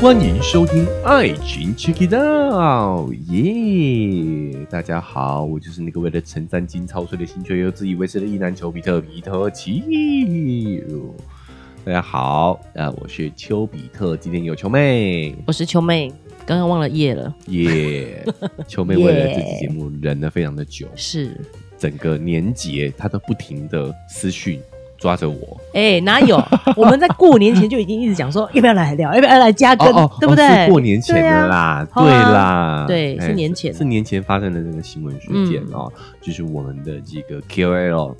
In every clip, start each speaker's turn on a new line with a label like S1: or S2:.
S1: 欢迎收听《爱情 Check It Out》，耶！大家好，我就是那个为了陈三金操碎了心却又自以为是的意男丘比特皮特奇。大家好，啊，我是丘比特，今天有球妹，
S2: 我是秋妹，刚刚忘了夜了，
S1: 耶！球妹为了这期节目忍了非常的久，
S2: 是，
S1: 整个年节她都不停的私讯抓着我，
S2: 哎、哪有？我们在过年前就已经一直讲说，要不要来聊，要不要来加更，对不对？
S1: 哦是过年前的啦，对
S2: 对啊
S1: 啦，
S2: 对
S1: 哎
S2: 是年前嗯
S1: 是年前发生的这个新闻事件哦，就是我们的这个 KOL，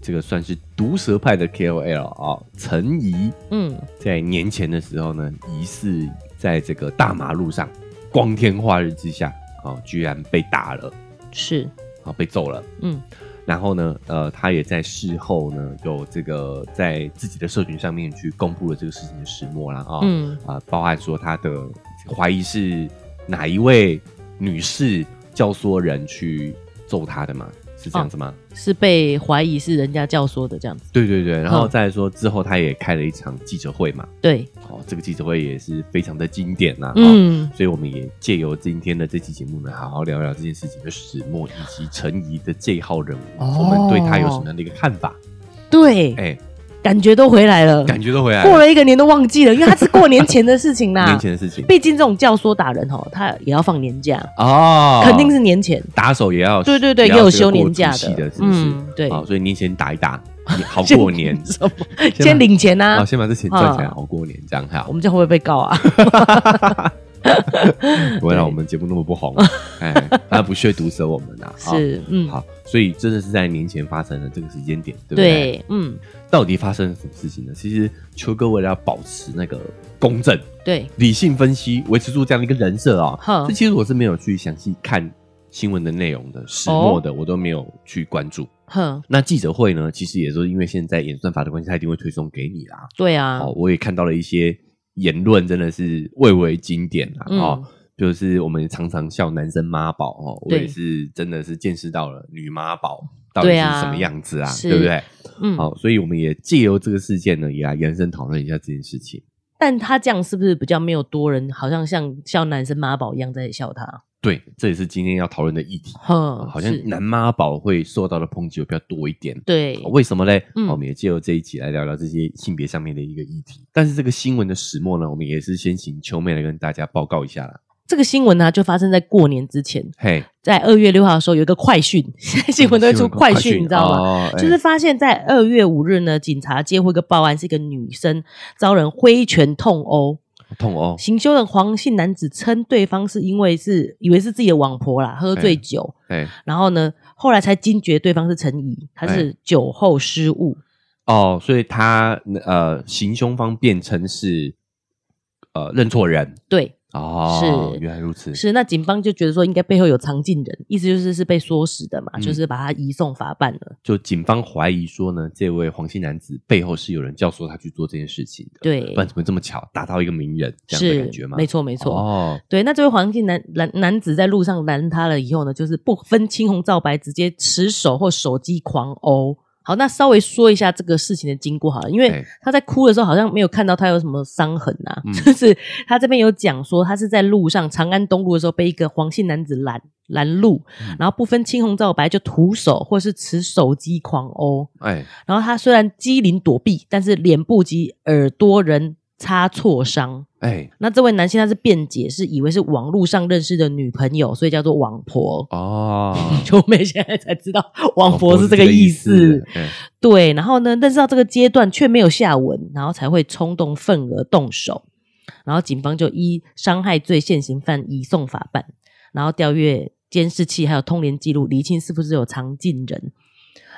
S1: 这个算是毒舌派的 KOL 啊，陈怡
S2: 嗯，
S1: 在年前的时候呢，疑似在这个大马路上光天化日之下，哦，居然被打了，
S2: 是，
S1: 啊，被揍了。
S2: 嗯，
S1: 然后呢，呃，他也在事后呢，有这个在自己的社群上面去公布了这个事情的始末啦，啊、
S2: 嗯，
S1: 啊、包含说他的怀疑是哪一位女士教唆人去揍他的嘛？是这样子吗？
S2: 是被怀疑是人家教唆的这样子，
S1: 对对对，然后
S2: 嗯
S1: 再来说之后他也开了一场记者会嘛，
S2: 对，
S1: 哦，这个记者会也是非常的经典呐、哦
S2: 嗯，
S1: 所以我们也借由今天的这期节目呢，好好聊聊这件事情的始末以及陈怡的这一号人物，
S2: 哦
S1: 我们对他有什么样的一个看法？
S2: 对，
S1: 哎、
S2: 感觉都回来了，
S1: 感觉都回来
S2: 过
S1: 了，
S2: 了一个年都忘记了，因为它是过年前的事情啦
S1: 年。前的事情
S2: 啊毕竟这种教唆打人哦，他也要放年假，
S1: 哦，
S2: 肯定是年前，
S1: 打手也要
S2: 对对对，
S1: 也
S2: 也
S1: 要
S2: 有
S1: 是个
S2: 休
S1: 过
S2: 年假
S1: 除夕的，是不是？
S2: 嗯，对，。
S1: 好，所以年前打一打，也好过年 哦
S2: 什么先领钱
S1: 好，
S2: 啊，
S1: 先把这钱赚起来，
S2: 啊
S1: 好过年这样
S2: 我
S1: 好。
S2: 们这样会不会被告啊？
S1: 不会让我们节目那么不 红，哎，他不屑毒舌我们呐。啊
S2: 是，嗯，
S1: 好，所以真的是在年前发生的这个时间点，对不对？
S2: 对，嗯，
S1: 到底发生了什么事情呢？其实秋哥为了要保持那个公正、
S2: 对，
S1: 理性分析，维持住这样的一个人设啊，
S2: 哼
S1: 这其实我是没有去详细看新闻的内容的，始末
S2: 哦
S1: 的我都没有去关注。
S2: 哼，
S1: 那记者会呢，其实也是因为现在演算法的关系，他一定会推送给你啦。
S2: 对啊，
S1: 哦，我也看到了一些言论，真的是蔚为经典啊！
S2: 嗯
S1: 哦，就是我们常常笑男生妈宝哦，我
S2: 对
S1: 也是真的是见识到了女妈宝到底是
S2: 对啊
S1: 什么样子啊，
S2: 是
S1: 对不对？
S2: 嗯，
S1: 好、所以我们也借由这个事件呢，也来延伸讨论一下这件事情。
S2: 但他这样是不是比较没有多人，好像像像男生妈宝一样在笑他？
S1: 对，这也是今天要讨论的议题。哦
S2: 哼，
S1: 好像
S2: 是
S1: 男妈宝会受到的抨击会比较多一点，哦
S2: 对
S1: 为什么嘞？
S2: 嗯
S1: 好我们也借由这一集来聊聊这些性别上面的一个议题。但是这个新闻的始末呢，我们也是先请秋妹来跟大家报告一下啦。
S2: 这个新闻呢、就发生在过年之前，
S1: 嘿，
S2: 在二月六号的时候有一个快讯，现在新闻都会出快讯，你哦哎知道吗？
S1: 吗
S2: 就是发现，在二月五日呢，警察接获一个报案，是一个女生遭人挥拳痛殴，
S1: 痛哦，
S2: 行凶的黄姓男子称对方是因为是以为是自己的网婆啦，喝醉酒，
S1: 哎
S2: 然后呢，后来才惊觉对方是陈怡，他
S1: 哎
S2: 是酒后失误，
S1: 哦，所以他呃，行凶方辩称是呃认错人
S2: 对，
S1: 哦，
S2: 是
S1: 原来如此，
S2: 是，那警方就觉得说应该背后有藏进人，意思就是是被唆使的嘛，
S1: 嗯
S2: 就是把他移送法办了。
S1: 就警方怀疑说呢，这位黄姓男子背后是有人教唆他去做这件事情的，
S2: 对
S1: 不，然怎么这么巧打到一个名人这样的
S2: 是
S1: 感觉吗？
S2: 没错没错。
S1: 哦，
S2: 对，那这位黄姓男男男子在路上拦他了以后呢，就是不分青红皂白，直接持手或手机狂殴。好，那稍微说一下这个事情的经过好了，因为
S1: 对
S2: 他在哭的时候好像没有看到他有什么伤痕啊，
S1: 嗯
S2: 就是他这边有讲说他是在路上长安东路的时候被一个黄姓男子拦拦路，
S1: 嗯
S2: 然后不分青红皂白就徒手或是持手机狂殴，
S1: 哎，
S2: 然后他虽然机灵躲避，但是脸部及耳朵仍擦挫伤。
S1: 哎，
S2: 那这位男性他是辩解，是以为是网络上认识的女朋友，所以叫做网婆。
S1: 哦，
S2: 秋妹现在才知道网婆是这个意思，，
S1: 哎
S2: 对。然后呢，认识到这个阶段却没有下文，然后才会冲动愤而动手，然后警方就依伤害罪现行犯移送法办，然后调阅监视器还有通联记录，厘清是不是有藏进人。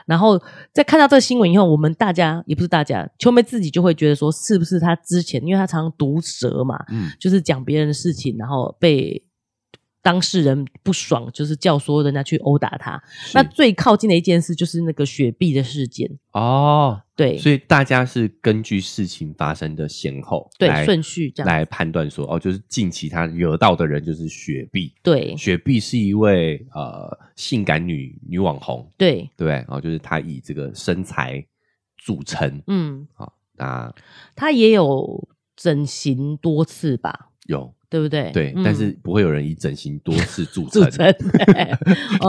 S2: 然后在看到这个新闻以后，我们大家也不是大家，秋妹自己就会觉得说，是不是她之前，因为她常常毒舌嘛，
S1: 嗯，
S2: 就是讲别人的事情，然后被当事人不爽，就是教唆人家去殴打他。
S1: 是
S2: 那最靠近的一件事就是那个雪碧的事件，
S1: 哦，
S2: 对
S1: 所以大家是根据事情发生的先后
S2: 对，
S1: 来
S2: 顺序这样，
S1: 来判断说，哦，就是近期他惹到的人就是雪碧。
S2: 对
S1: 雪碧是一位呃性感女女网红，
S2: 对，
S1: 对不对？然、后就是她以这个身材著称
S2: 嗯，
S1: 啊、那
S2: 他也有整形多次吧，
S1: 有
S2: 对不对？
S1: 对，
S2: 嗯
S1: 但是不会有人以整形多次著
S2: 著
S1: 称，
S2: 称，哦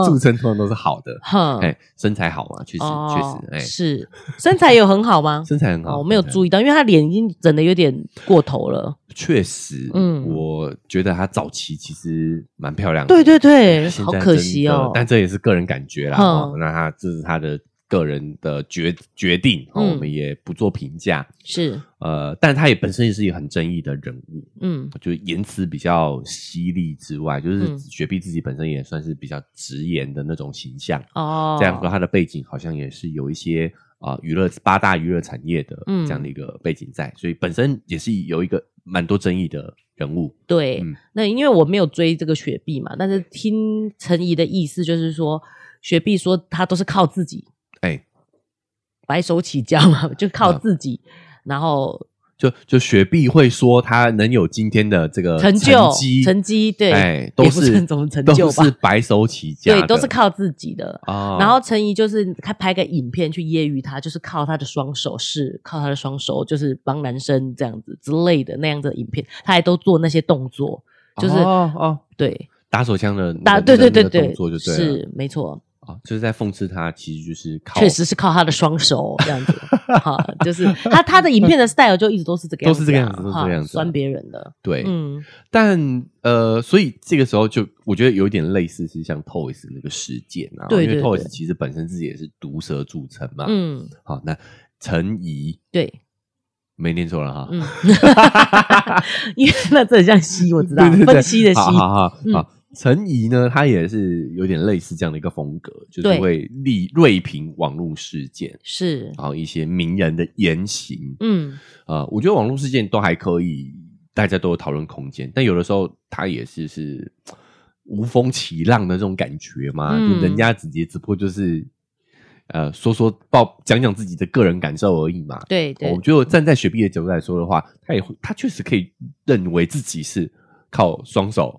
S2: 嘿
S1: 著称通常都是好的，
S2: 哼，
S1: 哎，身材好嘛，确实
S2: 哦，
S1: 确实，
S2: 是身材有很好吗
S1: 哎，？身材很好，
S2: 哦，我没有
S1: 意，
S2: 注意到，因为他脸已经整的有点过头了。
S1: 确实，
S2: 嗯
S1: 我觉得她早期其实蛮漂亮的，
S2: 对对对，
S1: 哎现
S2: 好
S1: 在
S2: 可
S1: 真
S2: 惜
S1: 的
S2: 哦。
S1: 但这也是个人感觉啦。
S2: 嗯
S1: 哦、那他这是他的个人的决决定、哦，
S2: 嗯
S1: 我们也不做评价。
S2: 是，
S1: 呃，但他也本身也是一个很争议的人物，
S2: 嗯
S1: 就是言辞比较犀利之外，就是
S2: 嗯
S1: 雪碧自己本身也算是比较直言的那种形象。
S2: 哦，
S1: 这样啊说，他的背景好像也是有一些啊娱乐八大娱乐产业的
S2: 嗯
S1: 这样的一个背景在，所以本身也是有一个蛮多争议的人物。
S2: 对，
S1: 嗯
S2: 那因为我没有追这个雪碧嘛，但是听陈怡的意思就是说，雪碧说她都是靠自己
S1: 哎，
S2: 白手起家嘛， 就
S1: 嗯
S2: 靠自己，然后
S1: 就就雪碧会说他能有今天的这个
S2: 成就
S1: 呃绩，
S2: 成绩对
S1: 哎，都
S2: 也不
S1: 是
S2: 是怎么成就吧
S1: 都是白手起家的，
S2: 对，都是靠自己的。
S1: 啊。
S2: 然后陈怡就是他拍个影片去揶揄他，就是靠他的双手是靠他的双手，就是帮男生这样子之类的那样子的影片，他还都做那些动作，就是、
S1: 哦哦，
S2: 对
S1: 打手枪的
S2: 打
S1: 那
S2: 对对
S1: 那
S2: 对
S1: 个
S2: 对
S1: 动作，就对了
S2: 是没错。
S1: 啊，就是在讽刺他，其实就是靠
S2: 确实是靠他的双手 这样子，哈，就是他他的影片的 style 就一直都是这个
S1: 都
S2: 样
S1: 是这
S2: 子啊，
S1: 个样子都是这
S2: 哈
S1: 个样子啊
S2: 酸别人的，
S1: 对，
S2: 嗯，
S1: 但呃，所以这个时候就我觉得有点类似是像 Toys 那个事件啊，
S2: 对
S1: 因为
S2: 对
S1: Toys
S2: 对
S1: 其实本身自己也是毒蛇著称嘛，
S2: 嗯，
S1: 好，那陈怡
S2: 对，
S1: 没念错了哈，
S2: 嗯， 因为那这很像吸，我知道
S1: 对对对
S2: 分析的吸
S1: 好，好好、
S2: 嗯
S1: 好，陈怡呢，她也是有点类似这样的一个风格，就是
S2: 对
S1: 会力锐评网络事件，
S2: 是，
S1: 然后一些名人的言行。
S2: 嗯，
S1: 呃，我觉得网络事件都还可以，大家都有讨论空间，但有的时候他也是是无风起浪的这种感觉嘛，
S2: 嗯
S1: 就人家直接只不过就是呃说说报讲讲自己的个人感受而已嘛。
S2: 对对
S1: 我，觉得哦站在雪碧的角度来说的话，他也会，他确实可以认为自己是靠双手。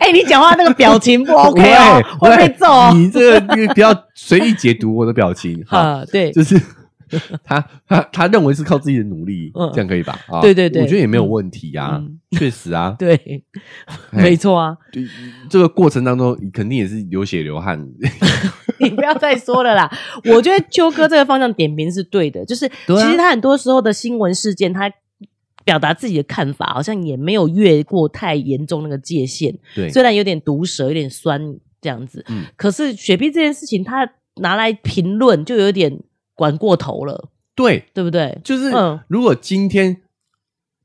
S2: 哎，你讲话那个表 情不 OK 哦
S1: 喂，
S2: 会被揍哦
S1: 喂，你这个你不要随意解读我的表 情哈，
S2: 啊，对
S1: 就是 他他他认为是靠自己的努力，
S2: 嗯
S1: 这样可以吧？啊
S2: 对对对
S1: 我觉得也没有问题啊
S2: 嗯，
S1: 确实啊，
S2: 对，
S1: 哎
S2: 没错啊，
S1: 对，这个过程当中肯定也是流血流汗，
S2: 你不要再说了啦！我觉得秋哥这个方向点评是对的，就是
S1: 对啊
S2: 其实他很多时候的新闻事件，他表达自己的看法，好像也没有越过太严重那个界限，
S1: 对，
S2: 虽然有点毒舌，有点酸这样子，
S1: 嗯
S2: 可是雪碧这件事情，他拿来评论就有点管过头了，
S1: 对，
S2: 对不对？
S1: 就是
S2: 嗯
S1: 如果今天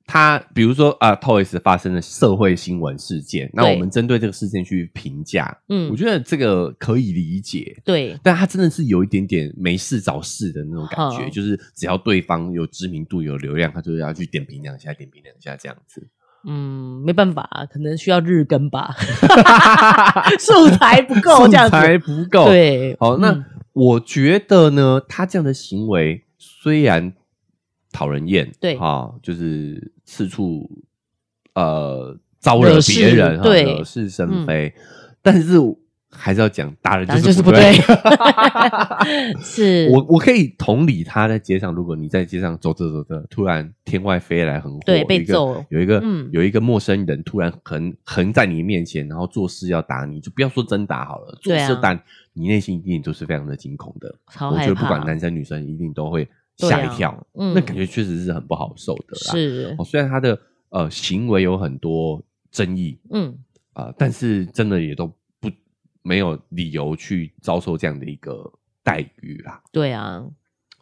S1: 他比如说啊，Toys 发生了社会新闻事件，那
S2: 对
S1: 我们针对这个事件去评价，我
S2: 嗯，
S1: 觉得这个可以理解，
S2: 对，
S1: 但他真的是有一点点没事找事的那种感觉，
S2: 哼
S1: 就是只要对方有知名度、有流量，他就要去点评两下、点评两下这样子。
S2: 嗯，没办法，可能需要日更 吧，素材不够这样子，
S1: 才不够。，
S2: 对，
S1: 好，那、
S2: 嗯
S1: 我觉得呢，他这样的行为虽然讨人厌，
S2: 对
S1: 哈、就是四处呃招惹
S2: 惹是
S1: 别人，哈
S2: 对嗯
S1: 惹是生非，但是还是要讲，打人
S2: 当然
S1: 就
S2: 就是是
S1: 不
S2: 不
S1: 对
S2: 对。，是
S1: 我我可以同理他在街上，如果你在街上走着走着，突然天外飞来横祸，
S2: 对
S1: 有一
S2: 被
S1: 个
S2: 揍
S1: 有一个、
S2: 嗯
S1: 有一个陌生人突然横横在你面前，然后做事要打你，就不要说真打好了，做
S2: 对啊
S1: 事打你，你内心一定都是非常的惊恐的。
S2: 超
S1: 我
S2: 害
S1: 觉
S2: 怕。
S1: 得不管男生女生，一定都会吓一跳，
S2: 对啊嗯
S1: 那感觉确实是很不好受的啦。
S2: 是
S1: 哦，，虽然他的呃行为有很多争议
S2: 嗯，
S1: 啊、呃但是真的也都不没有理由去遭受这样的一个待遇啦。
S2: 对啊，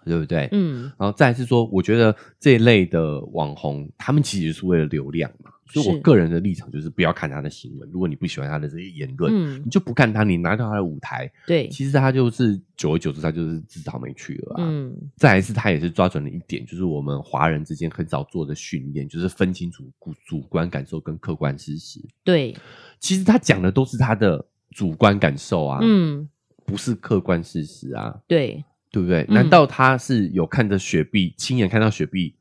S1: 对不对？
S2: 嗯，
S1: 然后再来是说，我觉得这一类的网红，他们其实是为了流量嘛，所以
S2: 是
S1: 我个人的立场就是不要看他的新闻，如果你不喜欢他的这些言论，
S2: 嗯
S1: 你就不看他，你拿到他的舞台，
S2: 对，
S1: 其实他就是久而久之，他就是自讨没趣了啊。
S2: 嗯，
S1: 再来是他也是抓准了一点，就是我们华人之间很少做的训练，就是分清楚主主观感受跟客观事实。
S2: 对，
S1: 其实他讲的都是他的主观感受啊，
S2: 嗯，
S1: 不是客观事实啊。
S2: 对，
S1: 对不对？
S2: 嗯？
S1: 难道他是有看着雪碧，亲眼看到雪碧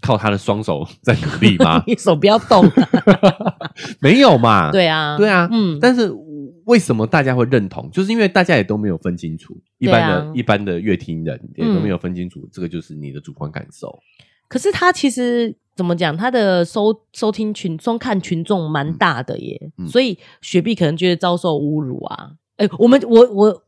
S1: 靠他的双手在努力吗
S2: 你手不要 动啊，
S1: 没有嘛？
S2: 对啊，
S1: 对啊，
S2: 嗯，
S1: 但是为什么大家会认同？就是因为大家也都没有分清楚，一
S2: 对啊
S1: 般的、一般的乐听人也
S2: 嗯
S1: 都没有分清楚，这个就是你的主观感受。
S2: 可是他其实怎么讲，他的收收听群、收看群众蛮大的耶，
S1: 嗯嗯
S2: 所以雪碧可能觉得遭受侮辱啊。哎、我们我我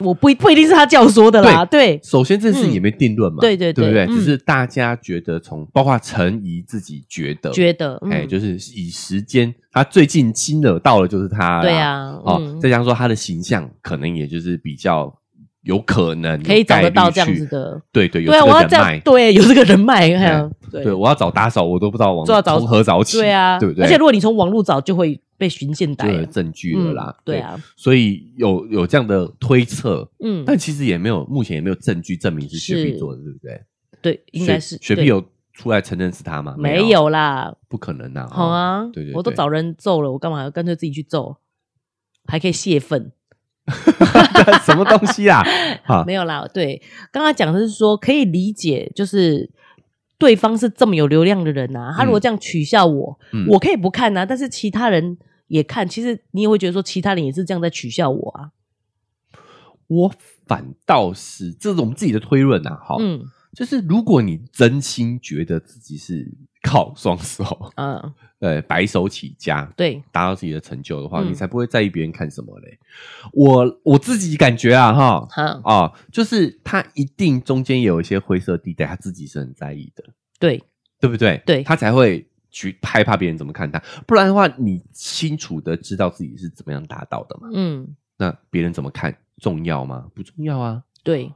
S2: 我不一不一定是他教说的啦，对
S1: 首先这件事情也没定论嘛，
S2: 嗯对对
S1: 对不对？
S2: 对嗯
S1: 只是大家觉得从包括陈怡自己觉得，
S2: 觉得嗯、
S1: 哎，就是以时间，他最近亲惹到的就是他啦，
S2: 对啊，
S1: 哦
S2: 嗯，，
S1: 再加上说他的形象可能也就是比较有可能
S2: 可以找得到这样，
S1: 有概率
S2: 子
S1: 去
S2: 的，
S1: 对对，有
S2: 对啊，
S1: 这
S2: 我
S1: 个
S2: 要
S1: 人
S2: 这样
S1: 脉，哎
S2: 对，有这个人脉，还有对
S1: 对，我要找打扫，我都不知道往
S2: 做到早
S1: 从何找起，
S2: 对啊，
S1: 对不对？
S2: 而且如果你从网络找，就会被寻线逮
S1: 就
S2: 啊，
S1: 有证据了啦，
S2: 嗯对啊，
S1: 所以有有这样的推测，
S2: 嗯，
S1: 但其实也没有，目前也没有证据证明是雪碧
S2: 是
S1: 做的，对不对？
S2: 对，应该是
S1: 雪雪
S2: 对
S1: 碧有出来承认是他吗？
S2: 没，有啦？
S1: 不可能呐！
S2: 好啊，
S1: 哦对对，
S2: 我都
S1: 对
S2: 找人揍了，我干嘛要干脆自己去揍？还可以泄愤，
S1: 哦 什么东西啊？哈，
S2: 没有啦。对，刚刚讲的是说可以理解，就是对方是这么有流量的人呐、他如果这样取笑我，
S1: 嗯
S2: 我可以不看呐、啊但是其他人也看，其实你也会觉得说其他人也是这样在取笑我啊。
S1: 我反倒是这是我们自己的推论呐。哈，
S2: 嗯
S1: 就是如果你真心觉得自己是靠双手，
S2: 嗯、
S1: 呃，白手起家。
S2: 对，
S1: 达到自己的成就的话，
S2: 嗯
S1: 你才不会在意别人看什么嘞。我我自己感觉啊，哈
S2: 哈，
S1: 哦，就是他一定中间有一些灰色地带，他自己是很在意的。
S2: 对，
S1: 对不对？
S2: 对
S1: 他才会去害怕别人怎么看他，不然的话，你清楚的知道自己是怎么样达到的嘛。
S2: 嗯
S1: 那别人怎么看重要吗？不重要啊。
S2: 对。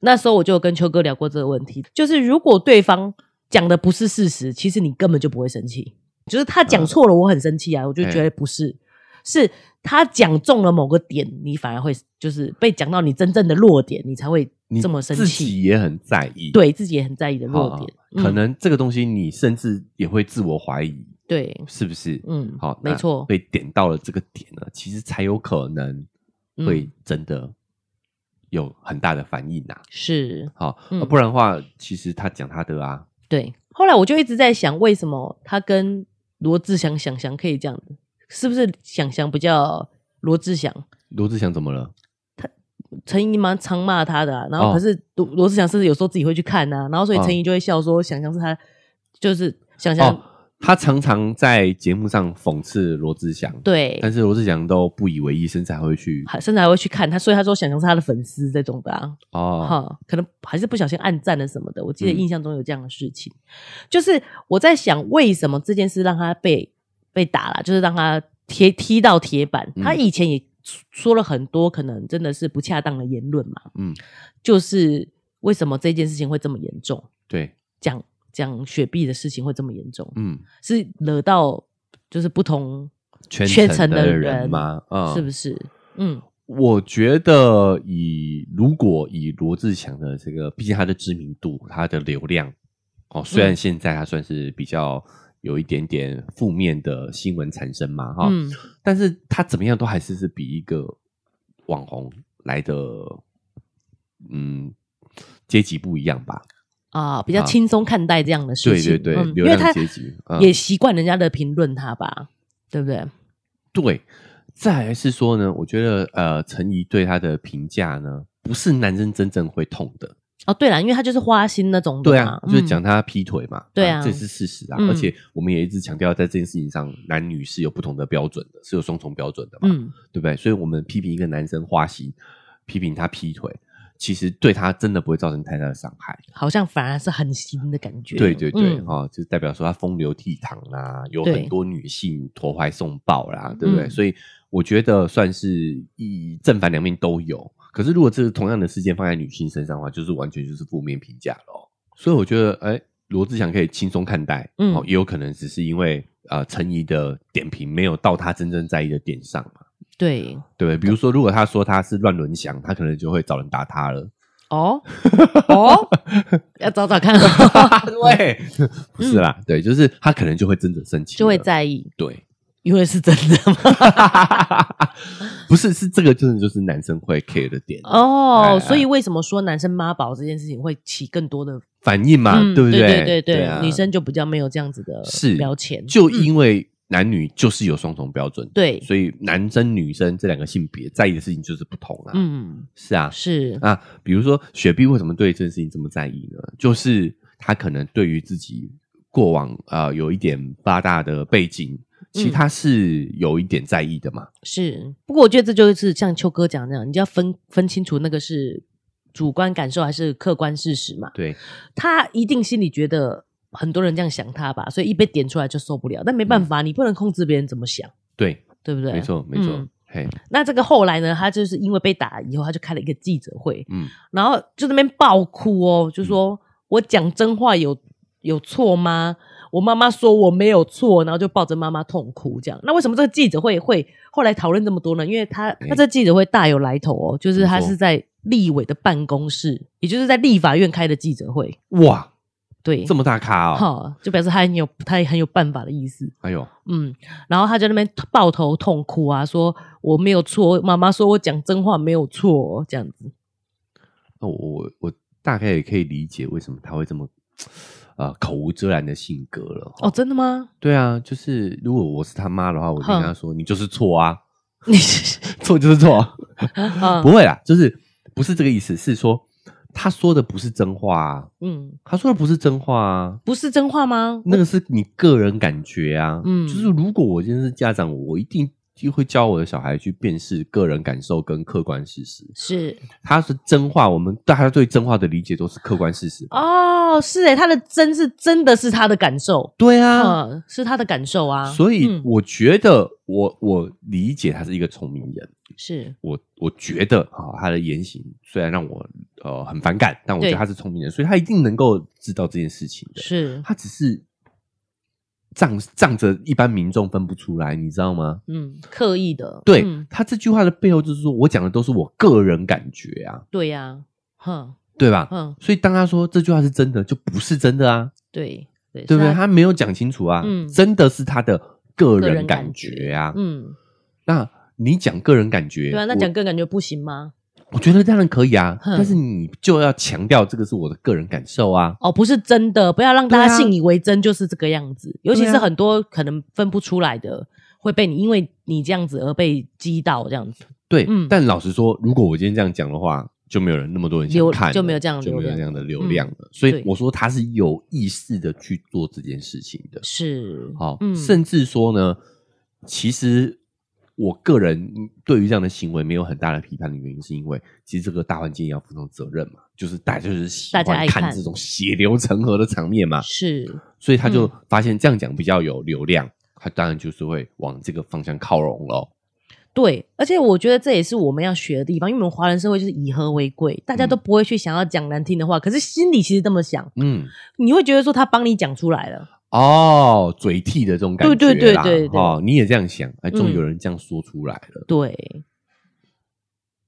S2: 那时候我就有跟秋哥聊过这个问题，就是如果对方讲的不是事实，其实你根本就不会生气。就是他讲
S1: 嗯
S2: 错了，我很生气啊，我就觉得不是，是他讲中了某个点，你反而会就是被讲到你真正的弱点，你才会
S1: 你
S2: 这么生
S1: 自
S2: 气。
S1: 己也很在意，
S2: 对自己也很在意的
S1: 好，
S2: 弱点，
S1: 可
S2: 嗯
S1: 能这个东西你甚至也会自我怀疑，
S2: 对，
S1: 是不是？
S2: 嗯，
S1: 好，
S2: 没
S1: 那
S2: 错，
S1: 被点到了这个点呢，其实才有可能
S2: 嗯
S1: 会真的有很大的反应呐、
S2: 是，
S1: 好，啊
S2: 嗯
S1: 不然的话，其实他讲他的啊，
S2: 对。后来我就一直在想，为什么他跟罗志祥、想想可以这样子？是不是想想比较罗志祥？
S1: 罗志祥怎么了？
S2: 陈怡蛮常骂他的啊、然
S1: 哦
S2: 后可是罗罗志祥甚至有时候自己会去看呐、然后所以
S1: 哦
S2: 陈怡就会笑说，想象是他就是想象、
S1: 哦，他常常在节目上讽刺罗志祥，
S2: 对，
S1: 但是罗志祥都不以为意，甚至还会去
S2: 还甚至还会去看他，所以他说想象是他的粉丝这种的啊，哈、
S1: 哦，
S2: 可能还是不小心暗赞了什么的，我记得
S1: 嗯
S2: 印象中有这样的事情，就是我在想为什么这件事让他被被打了，就是让他贴踢到铁板，
S1: 嗯
S2: 他以前也说了很多可能真的是不恰当的言论嘛，
S1: 嗯，
S2: 就是为什么这件事情会这么严重？
S1: 对，
S2: 讲讲雪碧的事情会这么严重，
S1: 嗯，
S2: 是惹到就是不同
S1: 全
S2: 圈
S1: 层
S2: 层
S1: 的人
S2: 人
S1: 吗？嗯，
S2: 是不
S1: 是？
S2: 是？嗯，
S1: 我觉得以如果以罗志祥的这个，毕竟他的知名度、他的流量，
S2: 嗯
S1: 哦，虽然现在他算是比较有一点点负面的新闻产生嘛，哈、
S2: 嗯，
S1: 但是他怎么样都还是是比一个网红来的，嗯，阶级不一样吧？
S2: 啊，比较
S1: 啊
S2: 轻松看待这样的事
S1: 对
S2: 情，
S1: 对对，
S2: 嗯
S1: 流
S2: 因为
S1: 量
S2: 他
S1: 阶级、嗯
S2: 也习惯人家的评论他吧，对不对？
S1: 对。再来是说呢，我觉得呃，陈怡对他的评价呢，不是男人真正会痛的。
S2: 哦，对了，因为他就是花心那种的
S1: 对
S2: 嘛
S1: 啊，就是
S2: 嗯
S1: 讲他劈腿嘛，
S2: 对啊
S1: 这是事实啊。
S2: 嗯
S1: 而且我们也一直强调，在这件事情上，男女是有不同的标准的，是有双重标准的嘛，
S2: 嗯，
S1: 对不对？所以我们批评一个男生花心，批评他劈腿，其实对他真的不会造成太大的伤害。
S2: 好像反而是很新的感觉，
S1: 对对对，
S2: 嗯
S1: 哈、就代表说他风流倜傥啦，有
S2: 对
S1: 很多女性投怀送抱啦，对不对？
S2: 嗯
S1: 所以我觉得算是一正反两面都有。可是如果这是同样的事件放在女性身上的话，就是完全就是负面评价咯。所以我觉得，哎，罗志祥可以轻松看待，
S2: 嗯
S1: 哦，也有可能只是因为呃陈怡的点评没有到他真正在意的点上嘛，
S2: 对
S1: 对不对？比如说，如果他说他是乱伦想，他可能就会找人打他 了。
S2: 哦哦， 要找找看，哦
S1: 对， 不是啦，对，就是他可能就会真的生气了，
S2: 嗯就会在意，
S1: 对。
S2: 因为是真的嘛。
S1: 不是，是这个真的就是男生会 care 的点哎
S2: 哦，所以为什么说男生妈宝这件事情会起更多的
S1: 反应嘛，
S2: 嗯
S1: 啊对不
S2: 对
S1: 对
S2: 对对，
S1: 啊
S2: 女生就比较没有这样子的
S1: 是
S2: 标签，
S1: 就
S2: 嗯
S1: 因为男女就是有双重标准，
S2: 对，
S1: 所以男生女生这两个性别在意的事情就是不同啊。
S2: 嗯，
S1: 是啊，
S2: 是，
S1: 啊，比如说雪碧为什么对这件事情这么在意呢？就是他可能对于自己过往啊有一点八大的背景，其实
S2: 嗯
S1: 他是有一点在意的嘛。
S2: 是，不过我觉得这就是像秋哥讲的那样，你就要分分清楚那个是主观感受还是客观事实嘛。
S1: 对，
S2: 他一定心里觉得很多人这样想他吧，所以一被点出来就受不了。但没办法，你不能控制别人怎么想，
S1: 对，
S2: 对不对？
S1: 嗯没错，没错
S2: 嗯。
S1: 嘿，
S2: 那这个后来呢，他就是因为被打以后，他就开了一个记者会，
S1: 嗯，
S2: 然后就在那边爆哭哦，就说、我讲真话有有错吗？我妈妈说我没有错，然后就抱着妈妈痛哭这样。那为什么这个记者会会后来讨论这么多呢？因为他
S1: 哎
S2: 他这记者会大有来头哦，就是他
S1: 怎么
S2: 是
S1: 说
S2: 在立委的办公室，也就是在立法院开的记者会，
S1: 哇，
S2: 对，
S1: 这么大咖哦，
S2: 好、就表示他很有他很有办法的意思。
S1: 哎呦，
S2: 嗯，然后他就那边抱头痛哭啊，说我没有错，妈妈说我讲真话没有错、哦这样子。
S1: 那我我我大概也可以理解为什么他会这么啊、口无遮拦的性格了。
S2: 哦，真的吗？
S1: 对啊，就是如果我是他妈的话，我就跟
S2: 哼
S1: 他说：“你就是错啊，
S2: 你
S1: 错就是错。
S2: 啊
S1: 不，会啦，就是不是这个意思，是说他说的不是真话、啊，
S2: 嗯，
S1: 他说的不是真话啊，
S2: 不是真话吗？
S1: 那个是你个人感觉啊。
S2: 嗯
S1: 就是如果我今天是家长，我一定就会教我的小孩去辨识个人感受跟客观事实。
S2: 是
S1: 他是真话，我们大家对真话的理解都是客观事实。
S2: 哦，是诶，他的真是真的是他的感受，
S1: 对啊，
S2: 嗯，是他的感受啊。
S1: 所以
S2: 嗯
S1: 我觉得我，我理解他是一个聪明人。
S2: 是
S1: 我我觉得啊、他的言行虽然让我呃很反感，但我觉得
S2: 对
S1: 他是聪明人，所以他一定能够知道这件事情的。
S2: 是，
S1: 他只是仗仗着一般民众分不出来，你知道吗？
S2: 嗯，刻意的，
S1: 对、
S2: 嗯
S1: 他这句话的背后，就是说我讲的都是我个人感觉啊，
S2: 对呀，哼
S1: 对吧？
S2: 哼，
S1: 所以当他说这句话是真的，就不是真的啊，
S2: 对对，
S1: 对不对？
S2: 是
S1: 他没有讲清楚啊，
S2: 嗯
S1: 真的是他的个
S2: 个
S1: 人
S2: 人
S1: 感
S2: 感
S1: 觉啊，
S2: 嗯，
S1: 那你讲个人感觉，
S2: 对啊，那
S1: 我
S2: 讲个人感觉不行吗？
S1: 我觉得当然可以啊，
S2: 哼
S1: 但是你就要强调这个是我的个人感受啊。
S2: 哦，不是真的，不要让大
S1: 对
S2: 家
S1: 啊
S2: 信以为真就是这个样子。尤其
S1: 对啊
S2: 是很多可能分不出来的，会被你因为你这样子而被击到，这样子
S1: 对，
S2: 嗯
S1: 但老实说，如果我今天这样讲的话，就没有人那么多人想
S2: 流
S1: 看了，
S2: 就没有这样的
S1: 就没有
S2: 流量嗯
S1: 这样的流量了。所以
S2: 对
S1: 我说他是有意识的去做这件事情的。
S2: 是
S1: 好、
S2: 嗯，
S1: 甚至说呢，其实我个人对于这样的行为没有很大的批判的原因，是因为其实这个大环境也要负上责任嘛，就是大家就是喜欢
S2: 大家爱
S1: 看
S2: 看
S1: 这种血流成河的场面嘛，
S2: 是
S1: 所以他
S2: 嗯
S1: 就发现这样讲比较有流量，他当然就是会往这个方向靠拢咯。
S2: 对，而且我觉得这也是我们要学的地方，因为我们华人社会就是以和为贵，大家
S1: 嗯
S2: 都不会去想要讲难听的话，可是心里其实这么想，
S1: 嗯，
S2: 你会觉得说他帮你讲出来了，
S1: 哦，嘴替的这种感觉啦，
S2: 对对对对对
S1: 哦，你也这样想，哎，终于
S2: 嗯
S1: 有人这样说出来了，
S2: 对，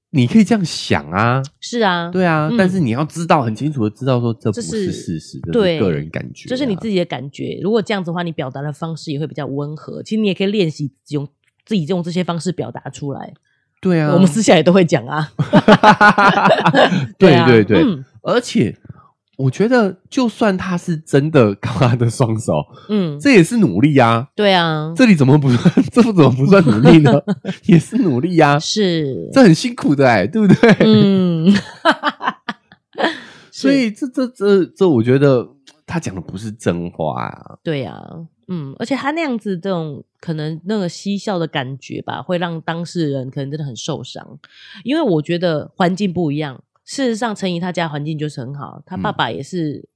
S1: 你可以这样想啊，
S2: 是啊，
S1: 对啊，
S2: 嗯
S1: 但是你要知道很清楚的知道说这不
S2: 这
S1: 是
S2: 是
S1: 事实，这是
S2: 对
S1: 个人感觉、啊
S2: 这是你自
S1: 己。
S2: 己的感觉。如果这样子的话，你表达的方式也会比较温和。其实你也可以练习用自己用这些方式表达出来。
S1: 对啊，
S2: 我 们私下也都会讲啊。
S1: 对
S2: 啊
S1: 对对，
S2: 嗯
S1: 而且我觉得，就算他是真的靠他的双手，
S2: 嗯，
S1: 这也是努力啊。
S2: 对啊，
S1: 这里怎么不算？这不怎么不算努力呢？也是努力呀、
S2: 是
S1: 这很辛苦的哎、对不对？
S2: 嗯，
S1: 所以这这这这，我觉得嗯他讲的不是真话啊。
S2: 对啊，嗯，而且他那样子这种可能那个嬉笑的感觉吧，会让当事人可能真的很受伤，因为我觉得环境不一样。事实上，陈怡他家环境就是很好，他爸
S1: 嗯
S2: 爸也是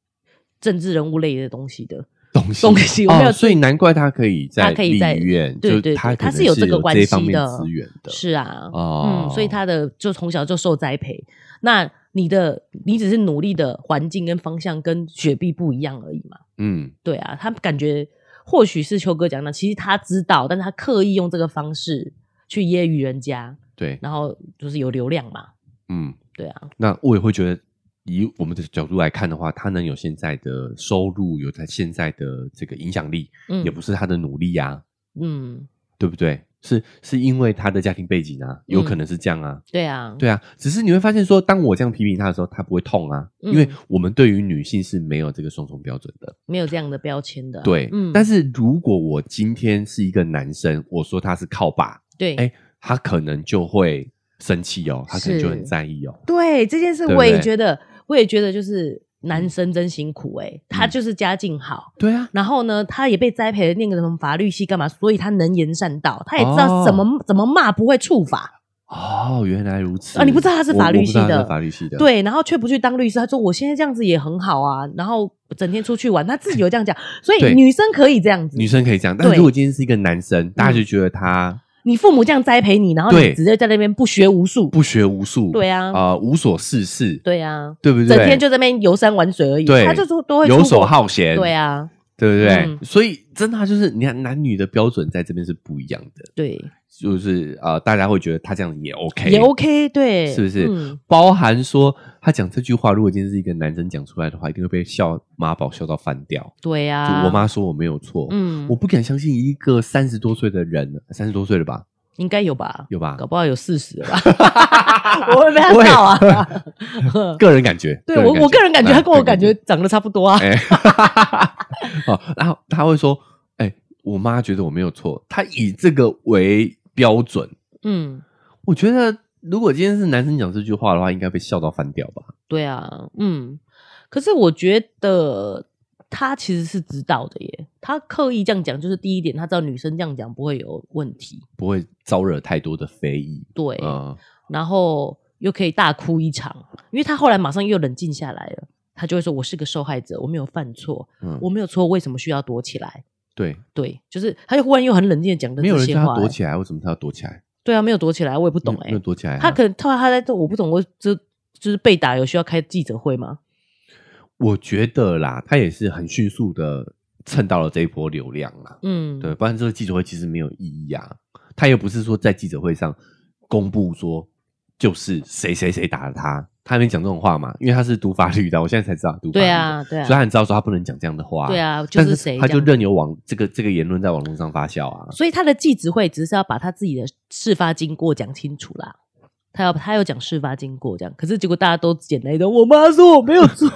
S2: 政治人物类的东西的，
S1: 东西
S2: 东西我没有
S1: 哦，所以难怪他可以在
S2: 他可以在
S1: 立院，
S2: 对
S1: 就
S2: 对对
S1: 他可能
S2: 他是有这个关系
S1: 这方面
S2: 的
S1: 资源的，
S2: 是啊，
S1: 哦
S2: 嗯，所以他的就从小就受栽培。那你的你只是努力的环境跟方向跟雪碧不一样而已嘛，
S1: 嗯，
S2: 对啊，他感觉或许是秋哥讲的，其实他知道，但是他刻意用这个方式去揶揄人家，
S1: 对，
S2: 然后就是有流量嘛，
S1: 嗯，
S2: 对啊，
S1: 那我也会觉得。以我们的角度来看的话，他能有现在的收入，有他现在的这个影响力，
S2: 嗯
S1: 也不是他的努力呀、啊，
S2: 嗯，
S1: 对不对？是是因为他的家庭背景啊，有
S2: 嗯
S1: 可能是这样啊。
S2: 对啊，
S1: 对啊，只是你会发现说，当我这样批评他的时候，他不会痛啊，
S2: 嗯
S1: 因为我们对于女性是没有这个双重标准的。
S2: 没有这样的标签的啊，
S1: 对，但是如果我今天是一个男生，我说他是靠爸，
S2: 对，
S1: 哎，他可能就会生气哦，他可能
S2: 是
S1: 就很在意哦。
S2: 对这件事，
S1: 对不
S2: 我也
S1: 对
S2: 觉得，我也觉得，就是男生真辛苦哎、他就是家境好，
S1: 对啊，
S2: 然后呢，他也被栽培了念个什么法律系干嘛，所以他能言善道，他也知道
S1: 哦
S2: 怎么、怎么骂不会触法。
S1: 哦，原来如此
S2: 啊你不知道他是
S1: 我
S2: 法律
S1: 我不知道
S2: 系的
S1: 他是法律系的，
S2: 对，然后却不去当律师。他说：“我现在这样子也很好啊，然后整天出去玩。”他自己有这样讲，所以
S1: 对
S2: 女生可以这样子。
S1: 女生可以这样，但
S2: 对嗯
S1: 如果今天是一个男生，大家就觉得他
S2: 你父母这样栽培你，然后你
S1: 对嗯
S2: 直接在那边不学无术，
S1: 不学无术，
S2: 对啊
S1: 啊，无所事事，
S2: 对啊，
S1: 对不对？
S2: 整天就在那边游山玩水而已。
S1: 对
S2: 他就说都会出
S1: 游
S2: 国
S1: 手，好闲，
S2: 对，啊，
S1: 对不对
S2: 嗯？
S1: 所以真的啊就是，你看男女的标准在这边是不一样的，
S2: 对，
S1: 就是呃，大家会觉得他这样也 OK，
S2: 也 OK，对，
S1: 是不是？
S2: 嗯，
S1: 包含说他讲这句话，如果今天是一个男生讲出来的话，一定会被笑妈宝笑到翻掉。
S2: 对
S1: 就
S2: 啊。
S1: 我妈，说我没有错，
S2: 嗯
S1: 我，不敢相信一个三十多岁的人，三十多岁了吧？
S2: 应该有吧，
S1: 有吧
S2: 搞？不好有四十 吧，我会被他笑啊。
S1: 个人感觉，
S2: 对我，我个人感觉他跟我
S1: 哎
S2: 感觉长得差不多啊。
S1: 哎，好，哦然后他会说：“哎、我妈觉得我没有错，她以这个为标准。
S2: 嗯，”
S1: 我觉得，如果今天是男生讲这句话的话，应该被笑到翻掉吧？
S2: 对啊，嗯，可是我觉得他其实是知道的耶，他刻意这样讲，就是第一点，他知道女生这样讲不会有问题，
S1: 不会招惹太多的非议。
S2: 对，
S1: 啊、
S2: 然后又可以大哭一场，因为他后来马上又冷静下来了，他就会说：“我是个受害者，我没有犯错，
S1: 嗯，
S2: 我没有错，为什么需要躲起来
S1: 对，？”
S2: 对，就是他就忽然又很冷静的讲的
S1: 没有
S2: 这
S1: 人
S2: 些
S1: 叫他
S2: 话耶，
S1: 躲起来，为什么他要躲起来？
S2: 对啊，没有躲起来，我也不欸懂
S1: 没有
S2: 哎、
S1: 没有躲起来啊、
S2: 他可能他他在这我不懂，我这就是被打有需要开记者会吗？
S1: 我觉得啦，他也是很迅速的蹭到了这一波流量啦。
S2: 嗯，
S1: 对，不然这个记者会其实没有意义啊。他又不是说在记者会上公布说就是谁谁谁打了他，他还没讲这种话嘛，因为他是读法律的，我现在才知道读法律
S2: 对
S1: 的，
S2: 啊，对
S1: 所以他
S2: 啊，
S1: 很知道说他不能讲这样的话，
S2: 对啊，就
S1: 但
S2: 是
S1: 是
S2: 谁
S1: 他
S2: 这
S1: 就
S2: 样
S1: 任由网这个这个言论在网络上发酵啊，
S2: 所以他的记者会只是要把他自己的事发经过讲清楚啦。他要他要讲事发经过这样，可是结果大家都简单一点，我妈说我没 有做。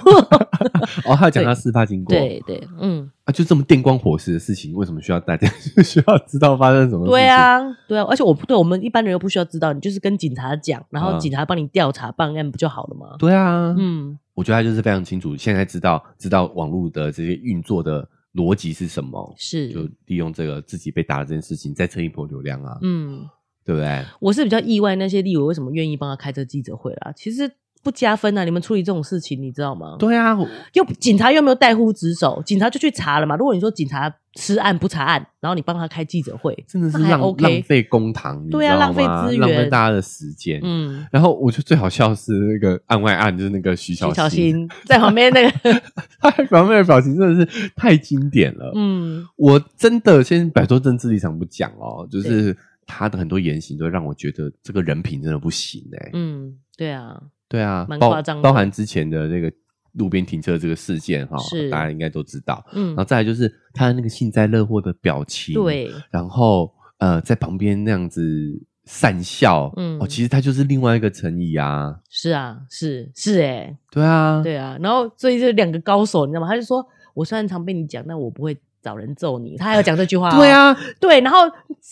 S1: 哦，他有讲他事发经过，
S2: 对对，嗯，
S1: 啊，就这么电光火石的事情，为什么需要大家 需要知道发生什么？
S2: 对，啊，对啊，而且我对我们一般人又不需要知道，你就是跟警察讲，然后
S1: 啊
S2: 警察帮你调查办案不就好了吗？
S1: 对啊，
S2: 嗯，，
S1: 我觉得他就是非常清楚，现在知道知道网络的这些运作的逻辑是什么，就是利用这个自己被打的这件事情，再蹭一波流量啊，
S2: 嗯，
S1: 对不对？
S2: 我是比较意外那些立委为什么愿意帮他开这记者会啦，其实不加分啊，你们处理这种事情，你知道吗？
S1: 对啊，我
S2: 又警察又没有带乎职守，警察就去查了嘛。如果你说警察吃案不查案，然后你帮他开记者会，
S1: 真的是
S2: 那还
S1: 浪、
S2: OK
S1: 浪费公堂，你
S2: 对啊
S1: 知道
S2: 浪费
S1: 吗
S2: 资
S1: 浪费
S2: 源
S1: 大家的时间。
S2: 嗯，
S1: 然后我觉得最好笑的是那个案外案，就是那个徐小
S2: 徐小新在旁边 那个，
S1: 他表妹的表情真的是太经典了。
S2: 嗯，
S1: 我真的先摆脱政治立场不讲哦，就是他的很多言行都让我觉得这个人品真的不行哎、
S2: 嗯，对啊，
S1: 对啊，
S2: 蛮
S1: 包
S2: 夸张的
S1: 包含之前的那个路边停车这个事件哈、
S2: 是
S1: 大家应该都知道。
S2: 嗯
S1: 然后，再来就是他的那个幸灾乐祸的表情，，
S2: 对，
S1: 然后呃，在旁边那样子讪笑，
S2: 嗯
S1: 哦，其实他就是另外一个陈怡啊，
S2: 是啊，是是哎、
S1: 对啊，
S2: 对啊。然后所以这两个高手，你知道吗？他就说，我虽然常被你讲，但我不会找人揍你。他还要讲这句话、哦
S1: 对，啊，
S2: 对。然后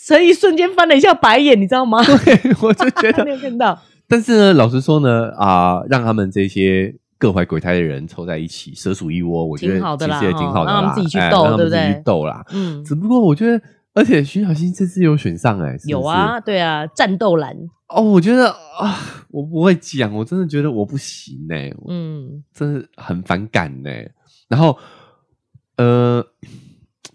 S2: 陈怡瞬间翻了一下白眼，你知道吗？
S1: 对， 我就觉得，
S2: 没有看到，
S1: 但是呢，老实说呢，啊、让他们这些。各怀鬼胎的人凑在一起，蛇鼠一窝，我觉得
S2: 挺好的啦
S1: 其实也挺好的啦，
S2: 哦让他们自己去
S1: 哎
S2: 斗
S1: 让他们
S2: 对不
S1: 自己去
S2: 对
S1: 斗啦。
S2: 嗯，
S1: 只不过我觉得，而且徐小新这次有选上哎、是不
S2: 有
S1: 是
S2: 啊，对啊，战斗蓝，
S1: 哦，我觉得啊，我不会讲，我真的觉得我不行呢、哎我
S2: 嗯
S1: 真的很反感呢、然后，呃，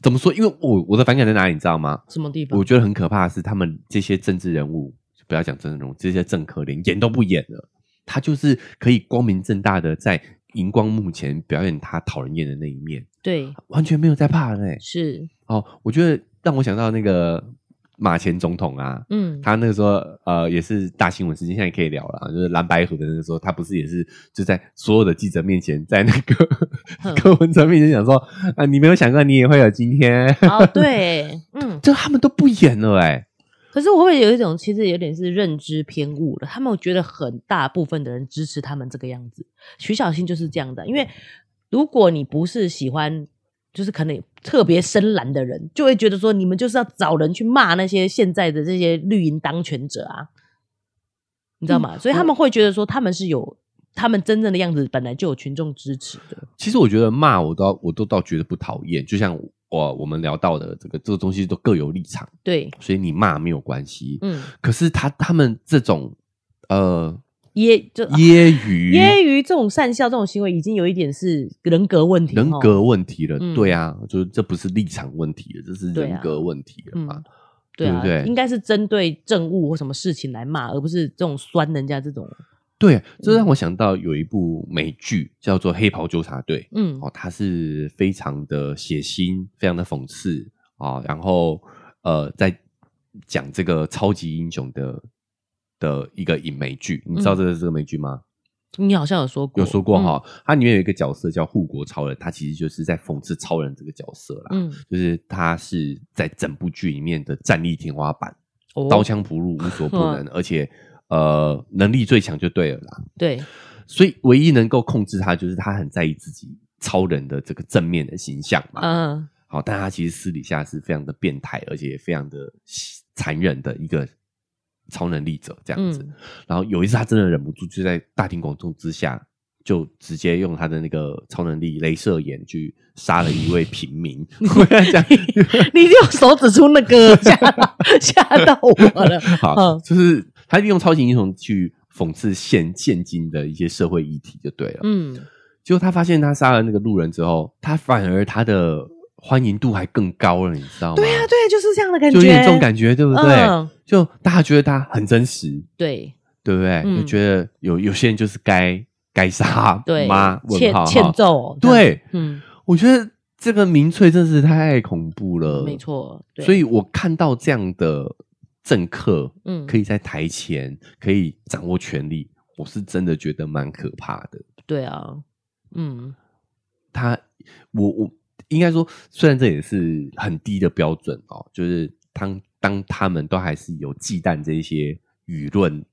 S1: 怎么说？因为我我的反感在哪里，你知道吗？
S2: 什么地方
S1: 我？觉得很可怕的是，他们这些政治人物，不要讲政治人物，这些政客连演都不演了，他就是可以光明正大的在荧光幕前表演他讨人厌的那一面，
S2: 对，
S1: 完全没有在怕的、欸。
S2: 是，
S1: 哦，我觉得让我想到那个马前总统啊，
S2: 嗯，
S1: 他那个时候呃也是大新闻事件，现在也可以聊了啊，就是蓝白河的那个时候，他不是也是就在所有的记者面前，在那个
S2: 哼
S1: 柯文哲面前讲说啊，你没有想过你也会有今天，
S2: 哦，对， 嗯，
S1: 就他们都不演了哎、
S2: 可是我会有一种，其实有点是认知偏误了。他们觉得很大部分的人支持他们这个样子，徐小新就是这样的。因为如果你不是喜欢，就是可能特别深蓝的人，就会觉得说你们就是要找人去骂那些现在的这些绿营当权者啊，你知道吗？所以他们会觉得说他们是有他们真正的样子本来就有群众支持的。
S1: 其实我觉得骂我倒我都倒觉得不讨厌，就像我我们聊到的这个这个东西都各有立场，
S2: 对，
S1: 所以你骂没有关系。
S2: 嗯，
S1: 可是他他们这种呃
S2: 揶就
S1: 揶揄
S2: 揶揄这种善笑这种行为，已经有一点是人格问题，
S1: 人
S2: 吼
S1: 格问题了，
S2: 哦嗯
S1: 对啊，就是这不是立场问题了，这是
S2: 对
S1: 人
S2: 啊
S1: 格问题了嘛
S2: 嗯？对
S1: 对
S2: 啊，
S1: 不对
S2: 应该是针对政务或什么事情来骂，而不是这种酸人家这种。
S1: 对，啊
S2: 嗯
S1: 这让我想到有一部美剧叫做《黑袍纠察队》，
S2: 嗯
S1: 哦，它是非常的血腥，非常的讽刺啊、哦，然后呃，在讲这个超级英雄的的一个影美剧，你知
S2: 嗯
S1: 道这个这个美剧吗？
S2: 你好像有说过，嗯
S1: 有说过哈、它里面有一个角色叫护国超人，他其实就是在讽刺超人这个角色啦，
S2: 嗯，嗯，
S1: 就是他是在整部剧里面的战力天花板，
S2: 哦
S1: 刀枪不入，无所 不能，而且呃，能力最强就对了啦。
S2: 对，
S1: 所以唯一能够控制他，就是他很在意自己超人的这个正面的形象嘛。
S2: 嗯
S1: 好，但他其实私底下是非常的变态，而且也非常的残忍的一个超能力者这样子。
S2: 嗯
S1: 然后有一次他真的忍不住，就在大庭广众之下，就直接用他的那个超能力镭射眼去杀了 一位平民。我跟你讲，
S2: 你就手指出那 个吓到吓到我了。
S1: 好，
S2: 嗯
S1: 就是他利用超级英雄去讽刺现现今的一些社会议题就对了。
S2: 嗯，
S1: 结果他发现他杀了那个路人之后，他反而他的欢迎度还更高了，你知道吗？
S2: 对啊，对，就是这样的感
S1: 就
S2: 觉，
S1: 有点这种感觉，对不对？
S2: 嗯
S1: 就大家觉得他很真实，
S2: 对
S1: 对不对？
S2: 嗯
S1: 就觉得有有些人就是该该杀
S2: 对，
S1: 妈问
S2: 欠
S1: 号
S2: 欠
S1: 哈
S2: 揍，
S1: 对，
S2: 嗯，
S1: 我觉得这个民粹真是太恐怖了，
S2: 没。错，对
S1: 所以我看到这样的政客，
S2: 嗯
S1: 可以在台前可以掌握权力，我是真的觉得蛮可怕的。
S2: 对啊，嗯
S1: 他，我我应该说，虽然这也是很低的标准哦，就是当当他们都还是有忌惮这些舆论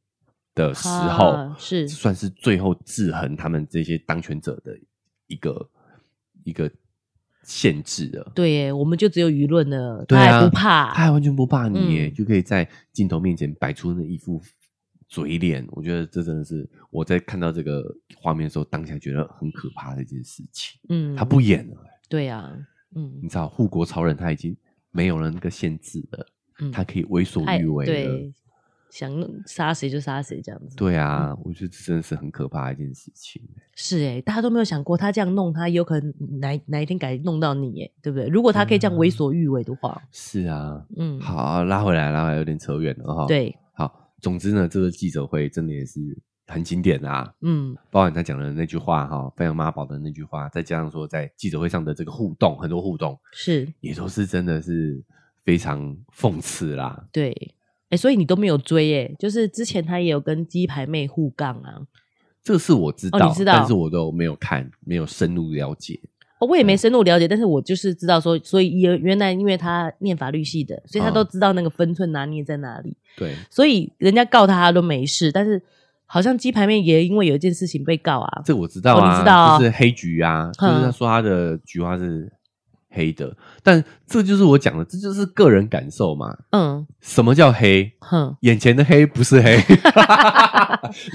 S1: 的时候，
S2: 啊是
S1: 算是最后制衡他们这些当权者的一个一个限制了。
S2: 对耶，我们就只有舆论了，
S1: 对
S2: 他
S1: 啊
S2: 还不
S1: 他
S2: 怕，
S1: 还完全不怕你耶，
S2: 嗯
S1: 就可以在镜头面前摆出那一副嘴脸。我觉得这真的是我在看到这个画面的时候，当下觉得很可怕的一件事情。
S2: 嗯，
S1: 他不演了。
S2: 对啊，嗯
S1: 你知道护国超人他已经没有了那个限制了，
S2: 嗯，
S1: 他可以为所
S2: 太
S1: 欲为了
S2: 对。，想杀谁就杀谁这样子。
S1: 对啊，
S2: 嗯
S1: 我觉得这真的是很可怕的一件事情。
S2: 是哎、大家都没有想过，他这样弄，他也有可能哪哪一天改弄到你哎、对不对？如果他可以这样为所欲为的话，
S1: 是啊，
S2: 嗯，
S1: 嗯好啊拉回来，拉回来有点扯远了哈。，
S2: 对，
S1: 好，总之呢，这个记者会真的也是很经典啊，
S2: 嗯
S1: 包含他讲的那句话哈，非常妈宝的那句话，再加上说在记者会上的这个互动，很多互动
S2: 是，
S1: 也都是真的是非常讽刺啦。
S2: 对，哎、所以你都没有追哎、就是之前他也有跟鸡排妹互杠啊，
S1: 这个是我知道，
S2: 哦你知道
S1: 但是我都没有看，没有深入了解。
S2: 哦我也没深入了解，但是我就是知道说，所以原原来因为他念法律系的，所以他
S1: 嗯
S2: 都知道那个分寸拿捏在哪里，
S1: 对，
S2: 所以人家告他他都没事，但是好像鸡排妹也因为有一件事情被告啊，
S1: 这我知道
S2: 哦
S1: 啊，
S2: 你知道啊
S1: 就是黑菊啊，就
S2: 嗯
S1: 是他说他的菊花是黑的，但这就是我讲的，这就是个人感受嘛。
S2: 嗯
S1: 什么叫黑？
S2: 哼
S1: 眼前的黑不是 黑，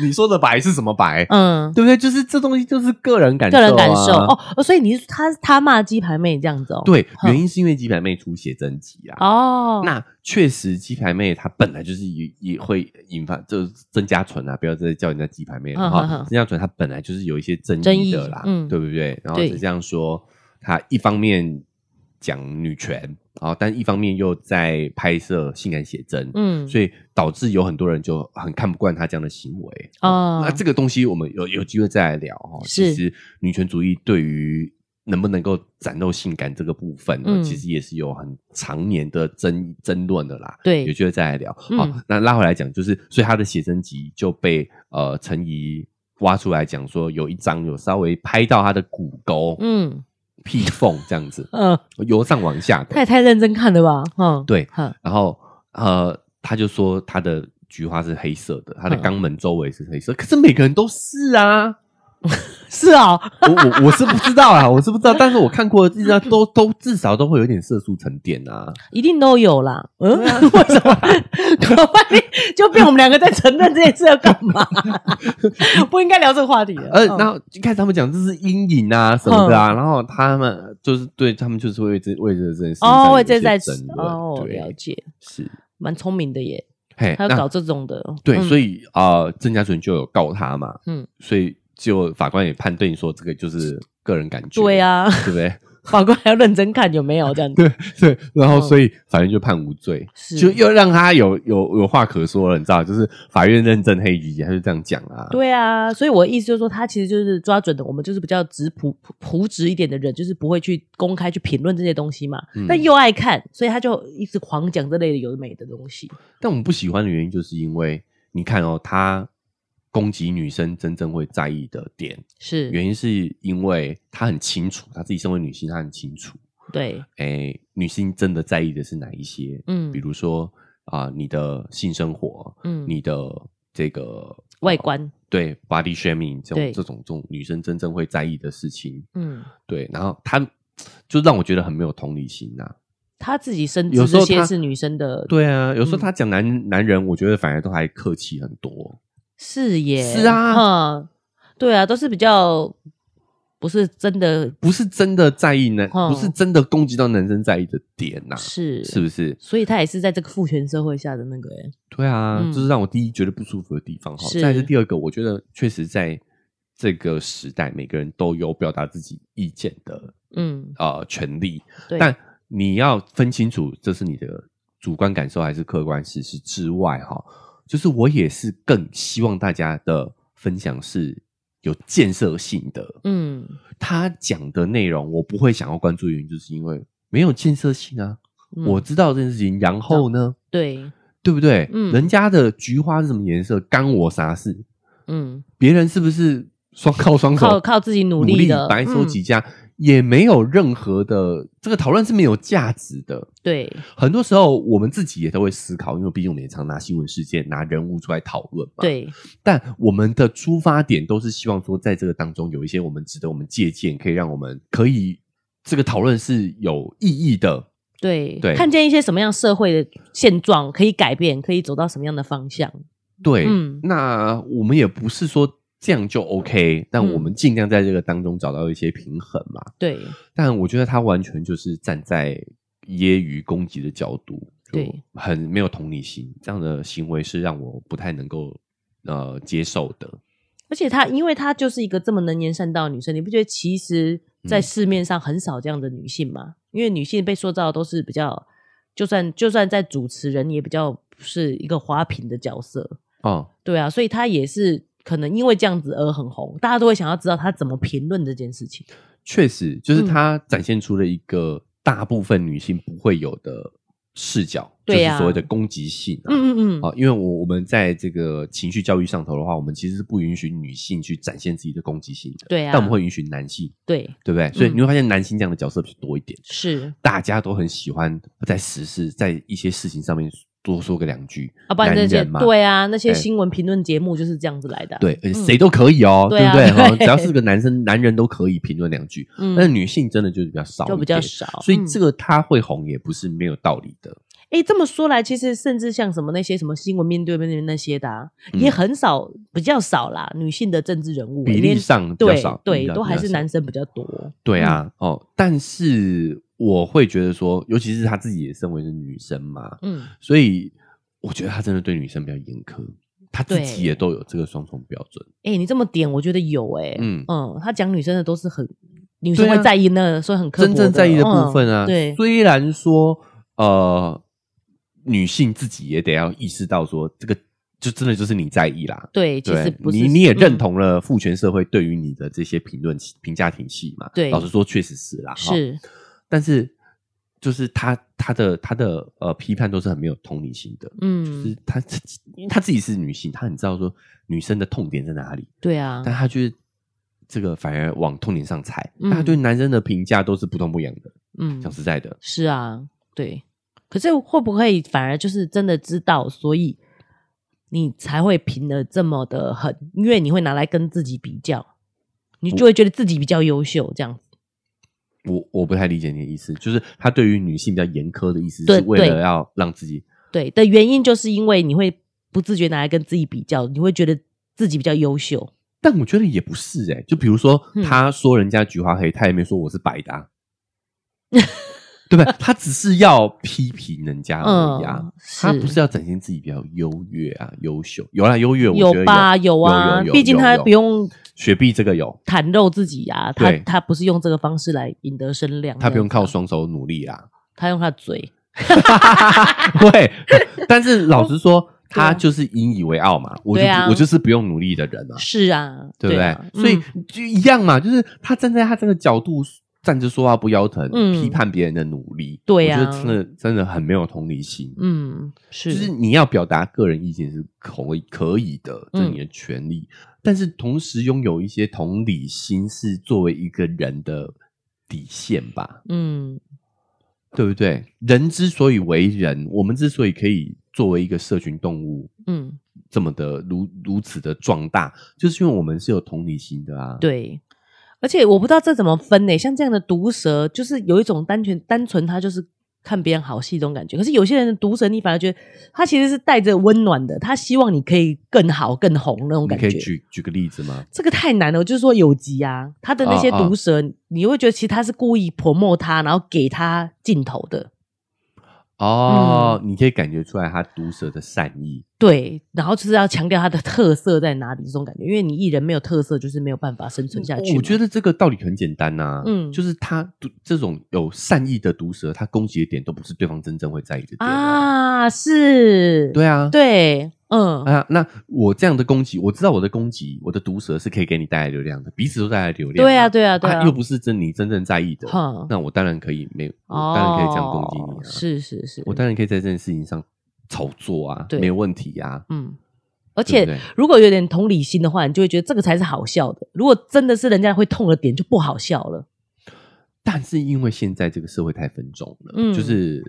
S1: 你说的白是什么白？
S2: 嗯。
S1: 对不对？就是这东西就是个人感受、
S2: 个
S1: 啊，
S2: 人感受、哦。哦，所以你是他他骂鸡排妹这样子哦？
S1: 对，
S2: 哼
S1: 原因是因为鸡排妹出写真集啊。
S2: 哦，
S1: 那确实，鸡排妹她本来就是也也会引发，就是曾家纯啊，不要再叫人家鸡排妹了
S2: 嗯
S1: 哈。
S2: 哼哼
S1: 曾家纯她本来就是有一些争
S2: 争
S1: 议
S2: 议
S1: 的啦，
S2: 嗯
S1: 对不对？然后
S2: 对
S1: 是这样说，她一方面讲女权，然后但一方面又在拍摄性感写真，
S2: 嗯，
S1: 所以导致有很多人就很看不惯她这样的行为。
S2: 哦
S1: 那这个东西我们有有机会再来聊哈。其
S2: 是
S1: 实女权主义对于能不能够展露性感这个部分，
S2: 嗯
S1: 其实也是有很常年的争争论的啦。
S2: 对
S1: 有机会再来聊。
S2: 嗯
S1: 好，那拉回来讲，就是所以她的写真集就被呃陈怡挖出来讲说，有一张有稍微拍到她的骨沟、
S2: 嗯
S1: 屁缝这样子，
S2: 嗯，
S1: 由上往下的
S2: 他也太认真看了吧？嗯，
S1: 对
S2: 哼，
S1: 然后呃，他就说他的菊花是黑色的，他的
S2: 嗯
S1: 肛门周围是黑色，可是每个人都是啊，
S2: 是哦，
S1: 我我我是不知道啦，啊我是不知道，但是我看过的，至少都都至少都会有点色素沉淀啊。
S2: 一定都有啦。嗯， 为什么？外面就变我们两个在承认这件事要干嘛？ 不应该聊这个话题了。
S1: 呃，
S2: 嗯
S1: 然后一开始他们讲这是阴影啊什么的啊，然后他们就是对他们就是会为这为这件事情
S2: 哦，
S1: 上有
S2: 我
S1: 一
S2: 这
S1: 些
S2: 在
S1: 争论
S2: 哦，了
S1: 对，
S2: 解，
S1: 是，
S2: 蛮聪明的耶，
S1: 嘿，
S2: 他要
S1: 那
S2: 搞这种的。哦嗯
S1: 对，所
S2: 以
S1: 以啊，呃郑家纯就有告他嘛，
S2: 嗯
S1: 嗯，所以就法官也判定说这个就是个人感觉，
S2: 对，啊，
S1: 对不对？
S2: 法官还要认真看有没有这样子。
S1: 对 对，然后
S2: 嗯
S1: 所以法院就判无罪，
S2: 是
S1: 就又让他有有有话可说了，你知道，就是法院认证黑吉吉，他就这样讲啊，
S2: 对啊，所以我的意思就是说，他其实就是抓准的，我们就是比较直朴朴朴直一点的人，就是不会去公开去评论这些东西嘛。
S1: 嗯
S2: 但又爱看，所以他就一直狂讲这类的有的没的东西。
S1: 但我们不喜欢的原因，就是因为你看哦，他攻击女生真正会在意的点，
S2: 是，
S1: 原因是因为他很清楚，他自己身为女性，他很清楚，
S2: 对，
S1: 哎，女性真的在意的是哪一些？
S2: 嗯
S1: 比如说啊、你的性生活，
S2: 嗯，
S1: 你的这个
S2: 外
S1: 呃
S2: 观，
S1: 对 body shaming 这
S2: 对
S1: 种这种这种女生真正会在意的事情，
S2: 嗯，
S1: 对，然后他就让我觉得很没有同理心呐、
S2: 他自己深知
S1: 有时
S2: 这
S1: 候
S2: 些
S1: 他
S2: 是女生的，
S1: 对啊，有时候
S2: 嗯
S1: 他讲男、男人，我觉得反而都还客气很多。
S2: 是耶，
S1: 是啊
S2: 嗯，对啊，都是比较不是真的
S1: 不是真的在意男，
S2: 哦
S1: 不是真的攻击到男生在意的点呐、
S2: 是
S1: 啊是不是？
S2: 所以他也是在这个父权社会下的那个耶，
S1: 对啊，
S2: 嗯
S1: 这是让我第一觉得不舒服的地方哈。
S2: 是
S1: 再来是第二个，我觉得确实在这个时代，每个人都有表达自己意见的
S2: 嗯，
S1: 呃权利，
S2: 对，
S1: 但你要分清楚这是你的主观感受还是客观事实之外哈，就是我也是更希望大家的分享是有建设性的，
S2: 嗯，
S1: 他讲的内容我不会想要关注，原因就是因为没有建设性啊。
S2: 嗯
S1: 我知道这件事情，然后呢，
S2: 对，
S1: 对不对？
S2: 嗯
S1: 人家的菊花是什么颜色，干我啥事？
S2: 嗯，
S1: 别人是不是双靠双手
S2: 靠靠自己努
S1: 努
S2: 力的，
S1: 白手
S2: 嗯
S1: 起家，也没有任何的这个讨论是没有价值的。
S2: 对，
S1: 很多时候我们自己也都会思考，因为毕竟我们也常拿新闻事件、拿人物出来讨论嘛。。
S2: 对，
S1: 但我们的出发点都是希望说，在这个当中有一些我们值得我们借鉴，可以让我们可以这个讨论是有意义的。
S2: 对，
S1: 对
S2: 看见一些什么样社会的现状可以改变，可以走到什么样的方向，
S1: 对，
S2: 嗯
S1: 那我们也不是说这样就 OK，但
S2: 嗯
S1: 我们尽量在这个当中找到一些平衡嘛。
S2: 对，
S1: 但我觉得他完全就是站在揶揄攻击的角度，就
S2: 对
S1: 很没有同理心，这样的行为是让我不太能够呃接受的。
S2: 而且她，因为她就是一个这么能言善道的女生，你不觉得其实，在
S1: 嗯
S2: 市面上很少这样的女性吗？因为女性被塑造的都是比较，就算就算在主持人也比较是一个花瓶的角色，
S1: 哦，
S2: 对啊，所以她也是可能因为这样子而很红，大家都会想要知道她怎么评论这件事情。
S1: 确实，就是
S2: 嗯
S1: 她展现出了一个大部分女性不会有的视角，
S2: 对
S1: 就
S2: 呀
S1: 是所谓的攻击性啊。
S2: 嗯嗯嗯，
S1: 啊，因为我我们在这个情绪教育上头的话，我们其实是不允许女性去展现自己的攻击性的，
S2: 对啊，
S1: 但我们会允许男性，
S2: 对
S1: 对不对？所以
S2: 嗯
S1: 你会发现男性这样的角色比较多一点。
S2: 是
S1: 大家都很喜欢在时事，在一些事情上面多说个两句，
S2: 啊，不然那
S1: 男
S2: 些
S1: 人嘛，
S2: 对啊，那些
S1: 哎
S2: 新闻评论节目就是这样子来的啊、
S1: 对，而且
S2: 嗯
S1: 谁都可以哦，
S2: 对啊
S1: 不对？ 哈，
S2: 对
S1: 只要是个男生，男人都可以评论两句，
S2: 嗯
S1: 但是女性真的就是比较少，
S2: 就比较。少，
S1: 所以
S2: 嗯
S1: 这个她会红也不是没有道理的，
S2: 哎，这么说来，其实甚至像什么那些什么新闻面对面的那些的、啊，也
S1: 嗯
S2: 很少，比较少啦。女性的政治人物
S1: 比
S2: 因为
S1: 例上比较
S2: 对
S1: 少，比
S2: 对，
S1: 较
S2: 都还是。
S1: 比较少
S2: 男生比较嗯多。
S1: 对啊，哦，但是我会觉得说，尤其是她自己也身为是女生嘛，
S2: 嗯，
S1: 所以我觉得她真的对女生比较严苛，她自
S2: 对
S1: 己也都有这个双重标准。
S2: 哎，你这么点，我觉得有哎、嗯
S1: 嗯
S2: 嗯，他讲女生的都是很女生
S1: 对啊
S2: 会在意那个，所以很刻薄
S1: 真正在意的部分啊，
S2: 嗯对，
S1: 虽然说呃，女性自己也得要意识到说，这个就真的就是你在意啦。
S2: 对，其实
S1: 对，
S2: 不是
S1: 你你也认、
S2: 嗯
S1: 同了父权社会对于你的这些评论评价体系嘛？
S2: 对
S1: 老实说确实是啦。哈，
S2: 是
S1: 但是就是他他的他的呃批判都是很没有同理心的，就
S2: 嗯
S1: 是，他自己因为他自己是女性，他很知道说女生的痛点在哪里，
S2: 对啊，
S1: 但他就是这个反而往痛点上踩。
S2: 嗯
S1: 他对男生的评价都是不痛不痒的，
S2: 嗯
S1: 讲实在的，
S2: 是啊，对。可是会不会反而就是真的知道，所以你才会评的这么的狠？因为你会拿来跟自己比较，你就会觉得自己比较优秀这样子。
S1: 我我不太理解你的意思，就是他对于女性比较严苛的意思，
S2: 对
S1: 是为了
S2: 对
S1: 要让自己
S2: 对的原因就是因为你会不自觉拿来跟自己比较，你会觉得自己比较优秀。
S1: 但我觉得也不是哎、就比如说
S2: 嗯
S1: 他说人家菊花黑，他也没说我是白的、 啊，对不对？他只是要批评人家而已啊，
S2: 嗯
S1: 他
S2: 是
S1: 不是要展现自己比较优越啊、优秀。有啦，优越我觉得
S2: 有吧？有啊，
S1: 有有
S2: 毕竟他
S1: 有有
S2: 不用
S1: 雪碧这个有，
S2: 袒露自己啊，他
S1: 对
S2: 他不是用这个方式来赢得声量，
S1: 他不用
S2: 这样
S1: 靠
S2: 子啊，
S1: 双手努力啦。
S2: 他用他的嘴。
S1: 对，但是老实说，
S2: 对啊
S1: 他就是引以为傲嘛，我就
S2: 对啊
S1: 不我就是不用努力的人啊。
S2: 是啊，
S1: 对不对？
S2: 啊
S1: 所以
S2: 嗯
S1: 就一样嘛，就是他站在他这个角度站着说话不腰疼，
S2: 嗯
S1: 批判别人的努力，
S2: 对
S1: 呀、
S2: 啊
S1: 我觉得真的真的很没有同理心。
S2: 嗯，
S1: 就是是你要表达个人意见是可以可以的，这是你的权利。
S2: 嗯
S1: 但是同时拥有一些同理心是作为一个人的底线吧，
S2: 嗯
S1: 对不对？人之所以为人，我们之所以可以作为一个社群动物
S2: 嗯，
S1: 这么的如如此的壮大，就是因为我们是有同理心的啊。
S2: 对。而且我不知道这怎么分呢、像这样的毒舌，就是有一种单纯单纯，他就是看别人好戏这种感觉。可是有些人的毒舌，你反而觉得他其实是带着温暖的，他希望你可以更好、更红那种
S1: 你
S2: 感
S1: 可
S2: 觉。
S1: 以举举个例子吗？
S2: 这个太难了，我就是说有集啊，他的那些
S1: 啊啊
S2: 毒舌，你会觉得其实他是故意 promote 他，然后给他镜头的，
S1: 哦，
S2: 嗯
S1: 你可以感觉出来他毒舌的善意。
S2: 对，然后就是要强调他的特色在哪里这种感觉，因为你艺人没有特色，就是没有办法生存下去嘛。
S1: 嗯我觉得这个道理很简单呐、
S2: 嗯
S1: 就是他毒这种有善意的毒舌，他攻击的点都不是对方真正会在意的点啊、
S2: 啊，是，
S1: 对啊，
S2: 对，嗯，
S1: 啊，那我这样的攻击，我知道我的攻击，我的毒舌是可以给你带来流量的，彼此都带来流量、
S2: 对啊，，对啊，对啊，
S1: 又不是真你真正在意的
S2: 哼，
S1: 那我当然可以没有，
S2: 哦
S1: 我当然可以这样攻击你啊，
S2: 是是是，
S1: 我当然可以在这件事情上炒作啊，
S2: 对
S1: 没有问题啊。
S2: 嗯，而
S1: 对
S2: 且
S1: 不对
S2: 如果有点同理心的话，你就会觉得这个才是好笑的。如果真的是人家会痛的点，就不好笑了。
S1: 但是因为现在这个社会太分众了，
S2: 嗯
S1: 就是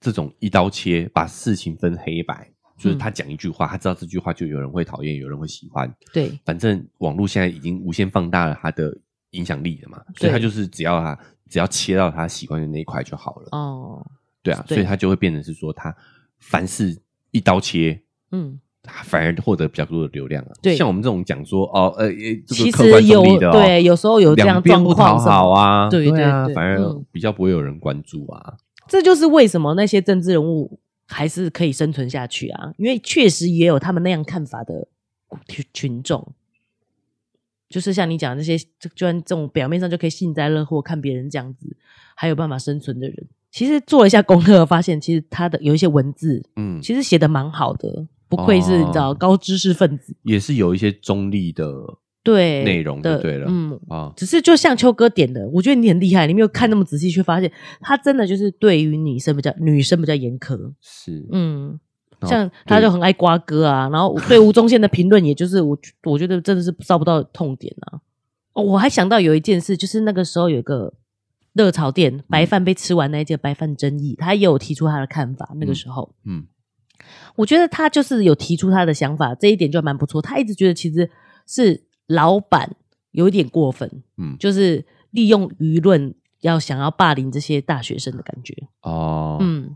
S1: 这种一刀切，把事情分黑白，就是
S2: 嗯
S1: 他讲一句话，他知道这句话就有人会讨厌，有人会喜欢，
S2: 对，
S1: 反正网络现在已经无限放大了他的影响力了嘛，所以
S2: 对
S1: 他就是只要他只要切到他喜欢的那一块就好了，
S2: 哦，
S1: 对啊，
S2: 对
S1: 所以他就会变成是说他凡事一刀切。
S2: 嗯，
S1: 他反而获得比较多的流量啊，
S2: 对
S1: 像我们这种讲说哦，呃，呃这
S2: 其
S1: 个客
S2: 实
S1: 观中
S2: 有
S1: 立的、哦，
S2: 对，有时候有这样
S1: 两边
S2: 状
S1: 不
S2: 况
S1: 讨
S2: 什么
S1: 好啊，
S2: 对对
S1: 啊，
S2: 对
S1: 反而
S2: 嗯
S1: 比较不会有人关注啊。
S2: 这就是为什么那些政治人物还是可以生存下去啊，因为确实也有他们那样看法的群群众，就是像你讲的这些，就就算这种表面上就可以幸灾乐祸看别人这样子，还有办法生存的人，其实做了一下功课，发现其实他的有一些文字
S1: 嗯，
S2: 其实写的蛮好的，不愧是
S1: 哦
S2: 你知道高知识分子
S1: 也是有一些中立的
S2: 对
S1: 内容就
S2: 的
S1: 对了
S2: 嗯，
S1: 啊，
S2: 只是就像秋哥点的，我觉得你很厉害，你没有看那么仔细，却发现他真的就是对于女生比较女生比较严苛。
S1: 是
S2: 嗯，
S1: 然后
S2: 像他就很爱瓜哥啊，然后对吴宗宪的评论，也就是我我觉得真的是照不到痛点啊。哦，我还想到有一件事，就是那个时候有一个热炒店
S1: 嗯
S2: 白饭被吃完那一件白饭争议，他也有提出他的看法。那个时候，
S1: 嗯
S2: 我觉得他就是有提出他的想法，这一点就蛮不错。他一直觉得其实是老板有一点过分，
S1: 嗯
S2: 就是利用舆论要想要霸凌这些大学生的感觉。
S1: 哦，
S2: 嗯，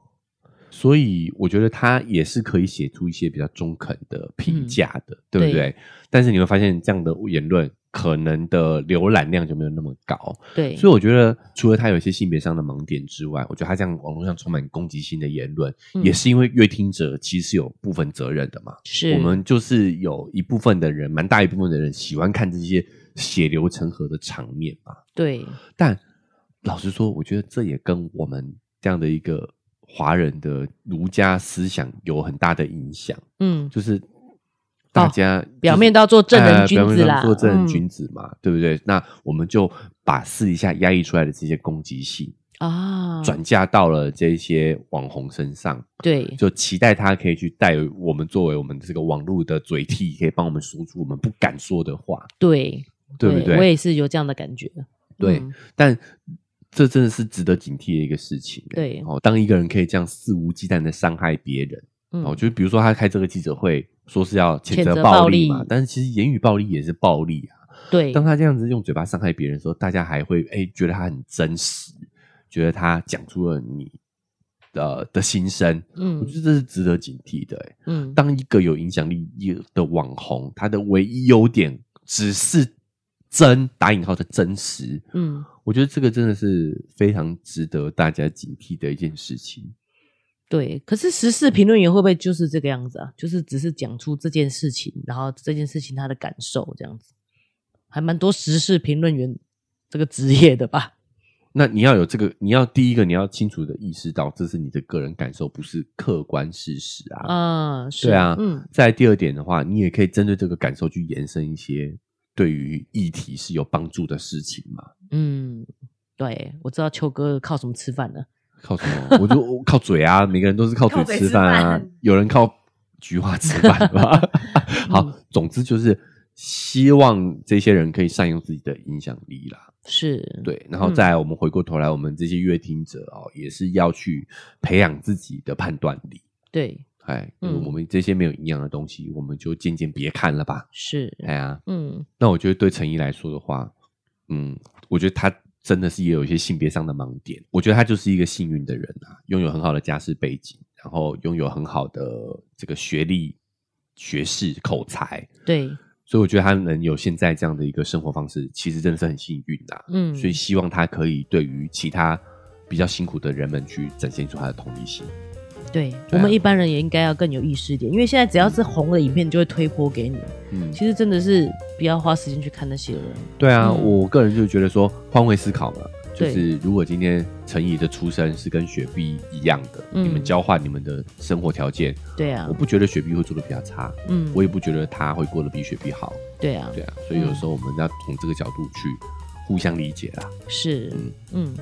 S1: 所以我觉得他也是可以写出一些比较中肯
S2: 嗯
S1: 的评价的，对不对？但是你会发现这样的言论可能的浏览量就没有那么高，
S2: 对，
S1: 所以我觉得除了他有一些性别上的盲点之外，我觉得他这样网络上充满攻击性的言论，
S2: 嗯
S1: 也是因为阅听者其实有部分责任的嘛。
S2: 是
S1: 我们就是有一部分的人，蛮大一部分的人喜欢看这些血流成河的场面嘛。
S2: 对
S1: 但老实说，我觉得这也跟我们这样的一个华人的儒家思想有很大的影响，
S2: 嗯。
S1: 就是大家、
S2: 表面都要做正人君子啦，
S1: 呃表面上
S2: 嗯
S1: 做正人君
S2: 子、
S1: 子嘛，对不对？那我们就把私底下压抑出来的这些攻击性，
S2: 啊，
S1: 转嫁到了这些网红身上，
S2: 对
S1: 就期待他可以去带我们作为我们这个网络的嘴替，可以帮我们说出我们不敢说的话，
S2: 对
S1: 对不对？
S2: 我也是有这样的感觉，
S1: 对
S2: 嗯
S1: 但这真的是值得警惕的一个事情、欸
S2: 对
S1: 哦，当一个人可以这样肆无忌惮的伤害别人，
S2: 嗯
S1: 哦，就比如说他开这个记者会，说是要
S2: 谴
S1: 谴
S2: 责
S1: 责
S2: 暴
S1: 暴力嘛，
S2: 力
S1: 但是其实言语暴力也是暴力啊。
S2: 对，
S1: 当他这样子用嘴巴伤害别人的时候，大家还会哎、觉得他很真实，觉得他讲出了你的的心声。我
S2: 嗯
S1: 觉得这是值得警惕的、哎
S2: 嗯，
S1: 当一个有影响力的网红，他的唯一优点只是真打引号的真实，
S2: 嗯，
S1: 我觉得这个真的是非常值得大家警惕的一件事情。
S2: 对。可是时事评论员会不会就是这个样子啊？就是只是讲出这件事情，然后这件事情他的感受这样子，还蛮多时事评论员这个职业的吧？
S1: 那你要有这个，你要第一个你要清楚的意识到，这是你的个人感受，不是客观事实啊。
S3: 哦
S2: 啊，是
S1: 对啊，
S2: 嗯，
S1: 再来第二点的话，你也可以针对这个感受去延伸一些对于议题是有帮助的事情嘛。
S2: 嗯，对，我知道秋哥靠什么吃饭了。
S1: 靠什么？ 我就我靠嘴啊，每个人都是靠嘴
S3: 靠嘴
S1: 吃饭
S3: 吃
S1: 啊
S3: 饭，
S1: 有人靠菊花吃饭 吧。好，
S3: 嗯
S1: 总之就是希望这些人可以善用自己的影响力啦。
S2: 是，，
S1: 对，然后
S2: 嗯
S1: 再来我们回过头来，我们这些乐听者哦，也是要去培养自己的判断力。
S2: 对，
S1: 哎，
S2: 嗯
S1: 我们这些没有营养的东西，我们就渐渐别看了吧。
S2: 是，
S1: 哎呀、
S2: 嗯，
S1: 那我觉得对陈怡来说的话，嗯，我觉得他真的是也有一些性别上的盲点。我觉得他就是一个幸运的人啊，拥有很好的家世背景，然后拥有很好的这个学历、学识、口才，
S2: 对，
S1: 所以我觉得他能有现在这样的一个生活方式，其实真的是很幸运呐、
S2: 嗯，
S1: 所以希望他可以对于其他比较辛苦的人们去展现出他的同理心。
S2: 对我
S1: 对啊
S2: 们一般人也应该要更有意识一点，因为现在只要是红的影片就会推播给你，
S1: 嗯，
S2: 其实真的是不要花时间去看那些人。
S1: 对啊，
S2: 嗯
S1: 我个人就觉得说换位思考嘛，就
S2: 对
S1: 是如果今天陈怡的出身是跟雪碧一样的，
S2: 嗯
S1: 你们交换你们的生活条件，
S2: 对啊
S1: 我，不觉得雪碧会做的比较差，
S2: 嗯，
S1: 我也不觉得他会过得比雪碧好，
S2: 对啊，
S1: 对啊，所以有时候我们要从这个角度去互相理解啦。
S2: 是，嗯，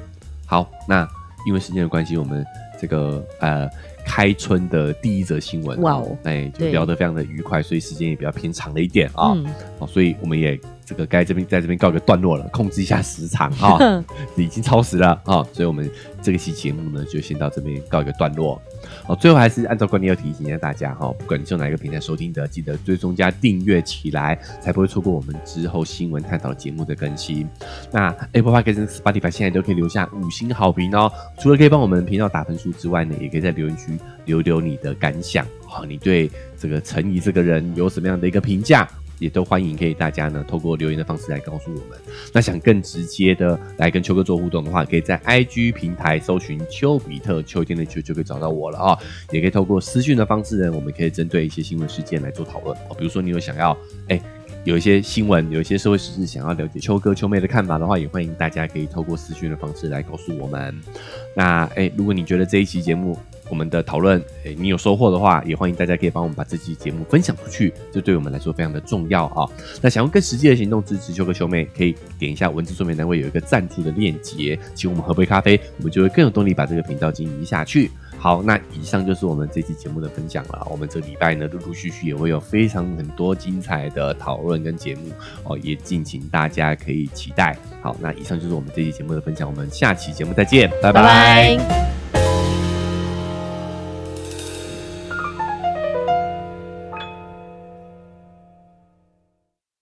S1: 好，那因为时间的关系，我们这个呃开春的第一则新闻、
S2: 哇哦
S1: 哎，就
S2: 对
S1: 聊得非常的愉快，所以时间也比较偏长了一点啊、
S2: 嗯，
S1: 哦，所以我们也这个该这边在这边告一个段落了，控制一下时长哈、已经超时了啊、哦所以我们这个期节目呢就先到这边告一个段落。哦，最后还是按照惯例要提醒一下大家哈、哦不管你是用哪一个平台收听的，记得追踪加订阅起来，才不会错过我们之后新闻探讨节目的更新。那 Apple Podcast 跟 Spotify 现在都可以留下五星好评哦。除了可以帮我们频道打分数之外呢，也可以在留言区留留你的感想，好、你对这个陈怡这个人有什么样的一个评价？也都欢迎可以大家呢透过留言的方式来告诉我们。那想更直接的来跟秋哥做互动的话，可以在 IG 平台搜寻丘比特秋天的秋就可以找到我了啊、也可以透过私讯的方式呢，我们可以针对一些新闻事件来做讨论哦。比如说你有想要哎。有一些新闻，有一些社会时事，想要了解秋哥、秋妹的看法的话，也欢迎大家可以透过私讯的方式来告诉我们。那哎、如果你觉得这一期节目我们的讨论，哎、你有收获的话，也欢迎大家可以帮我们把这期节目分享出去，这对我们来说非常的重要啊、那想用更实际的行动支持秋哥秋妹，可以点一下文字说明栏位有一个赞助的链接，请我们喝杯咖啡，我们就会更有动力把这个频道经营下去。好，那以上就是我们这期节目的分享了。我们这礼拜呢，陆陆续续也会有非常很多精彩的讨论跟节目哦，也敬请大家可以期待。好，那以上就是我们这期节目的分享，我们下期节目再见，拜
S2: 拜拜。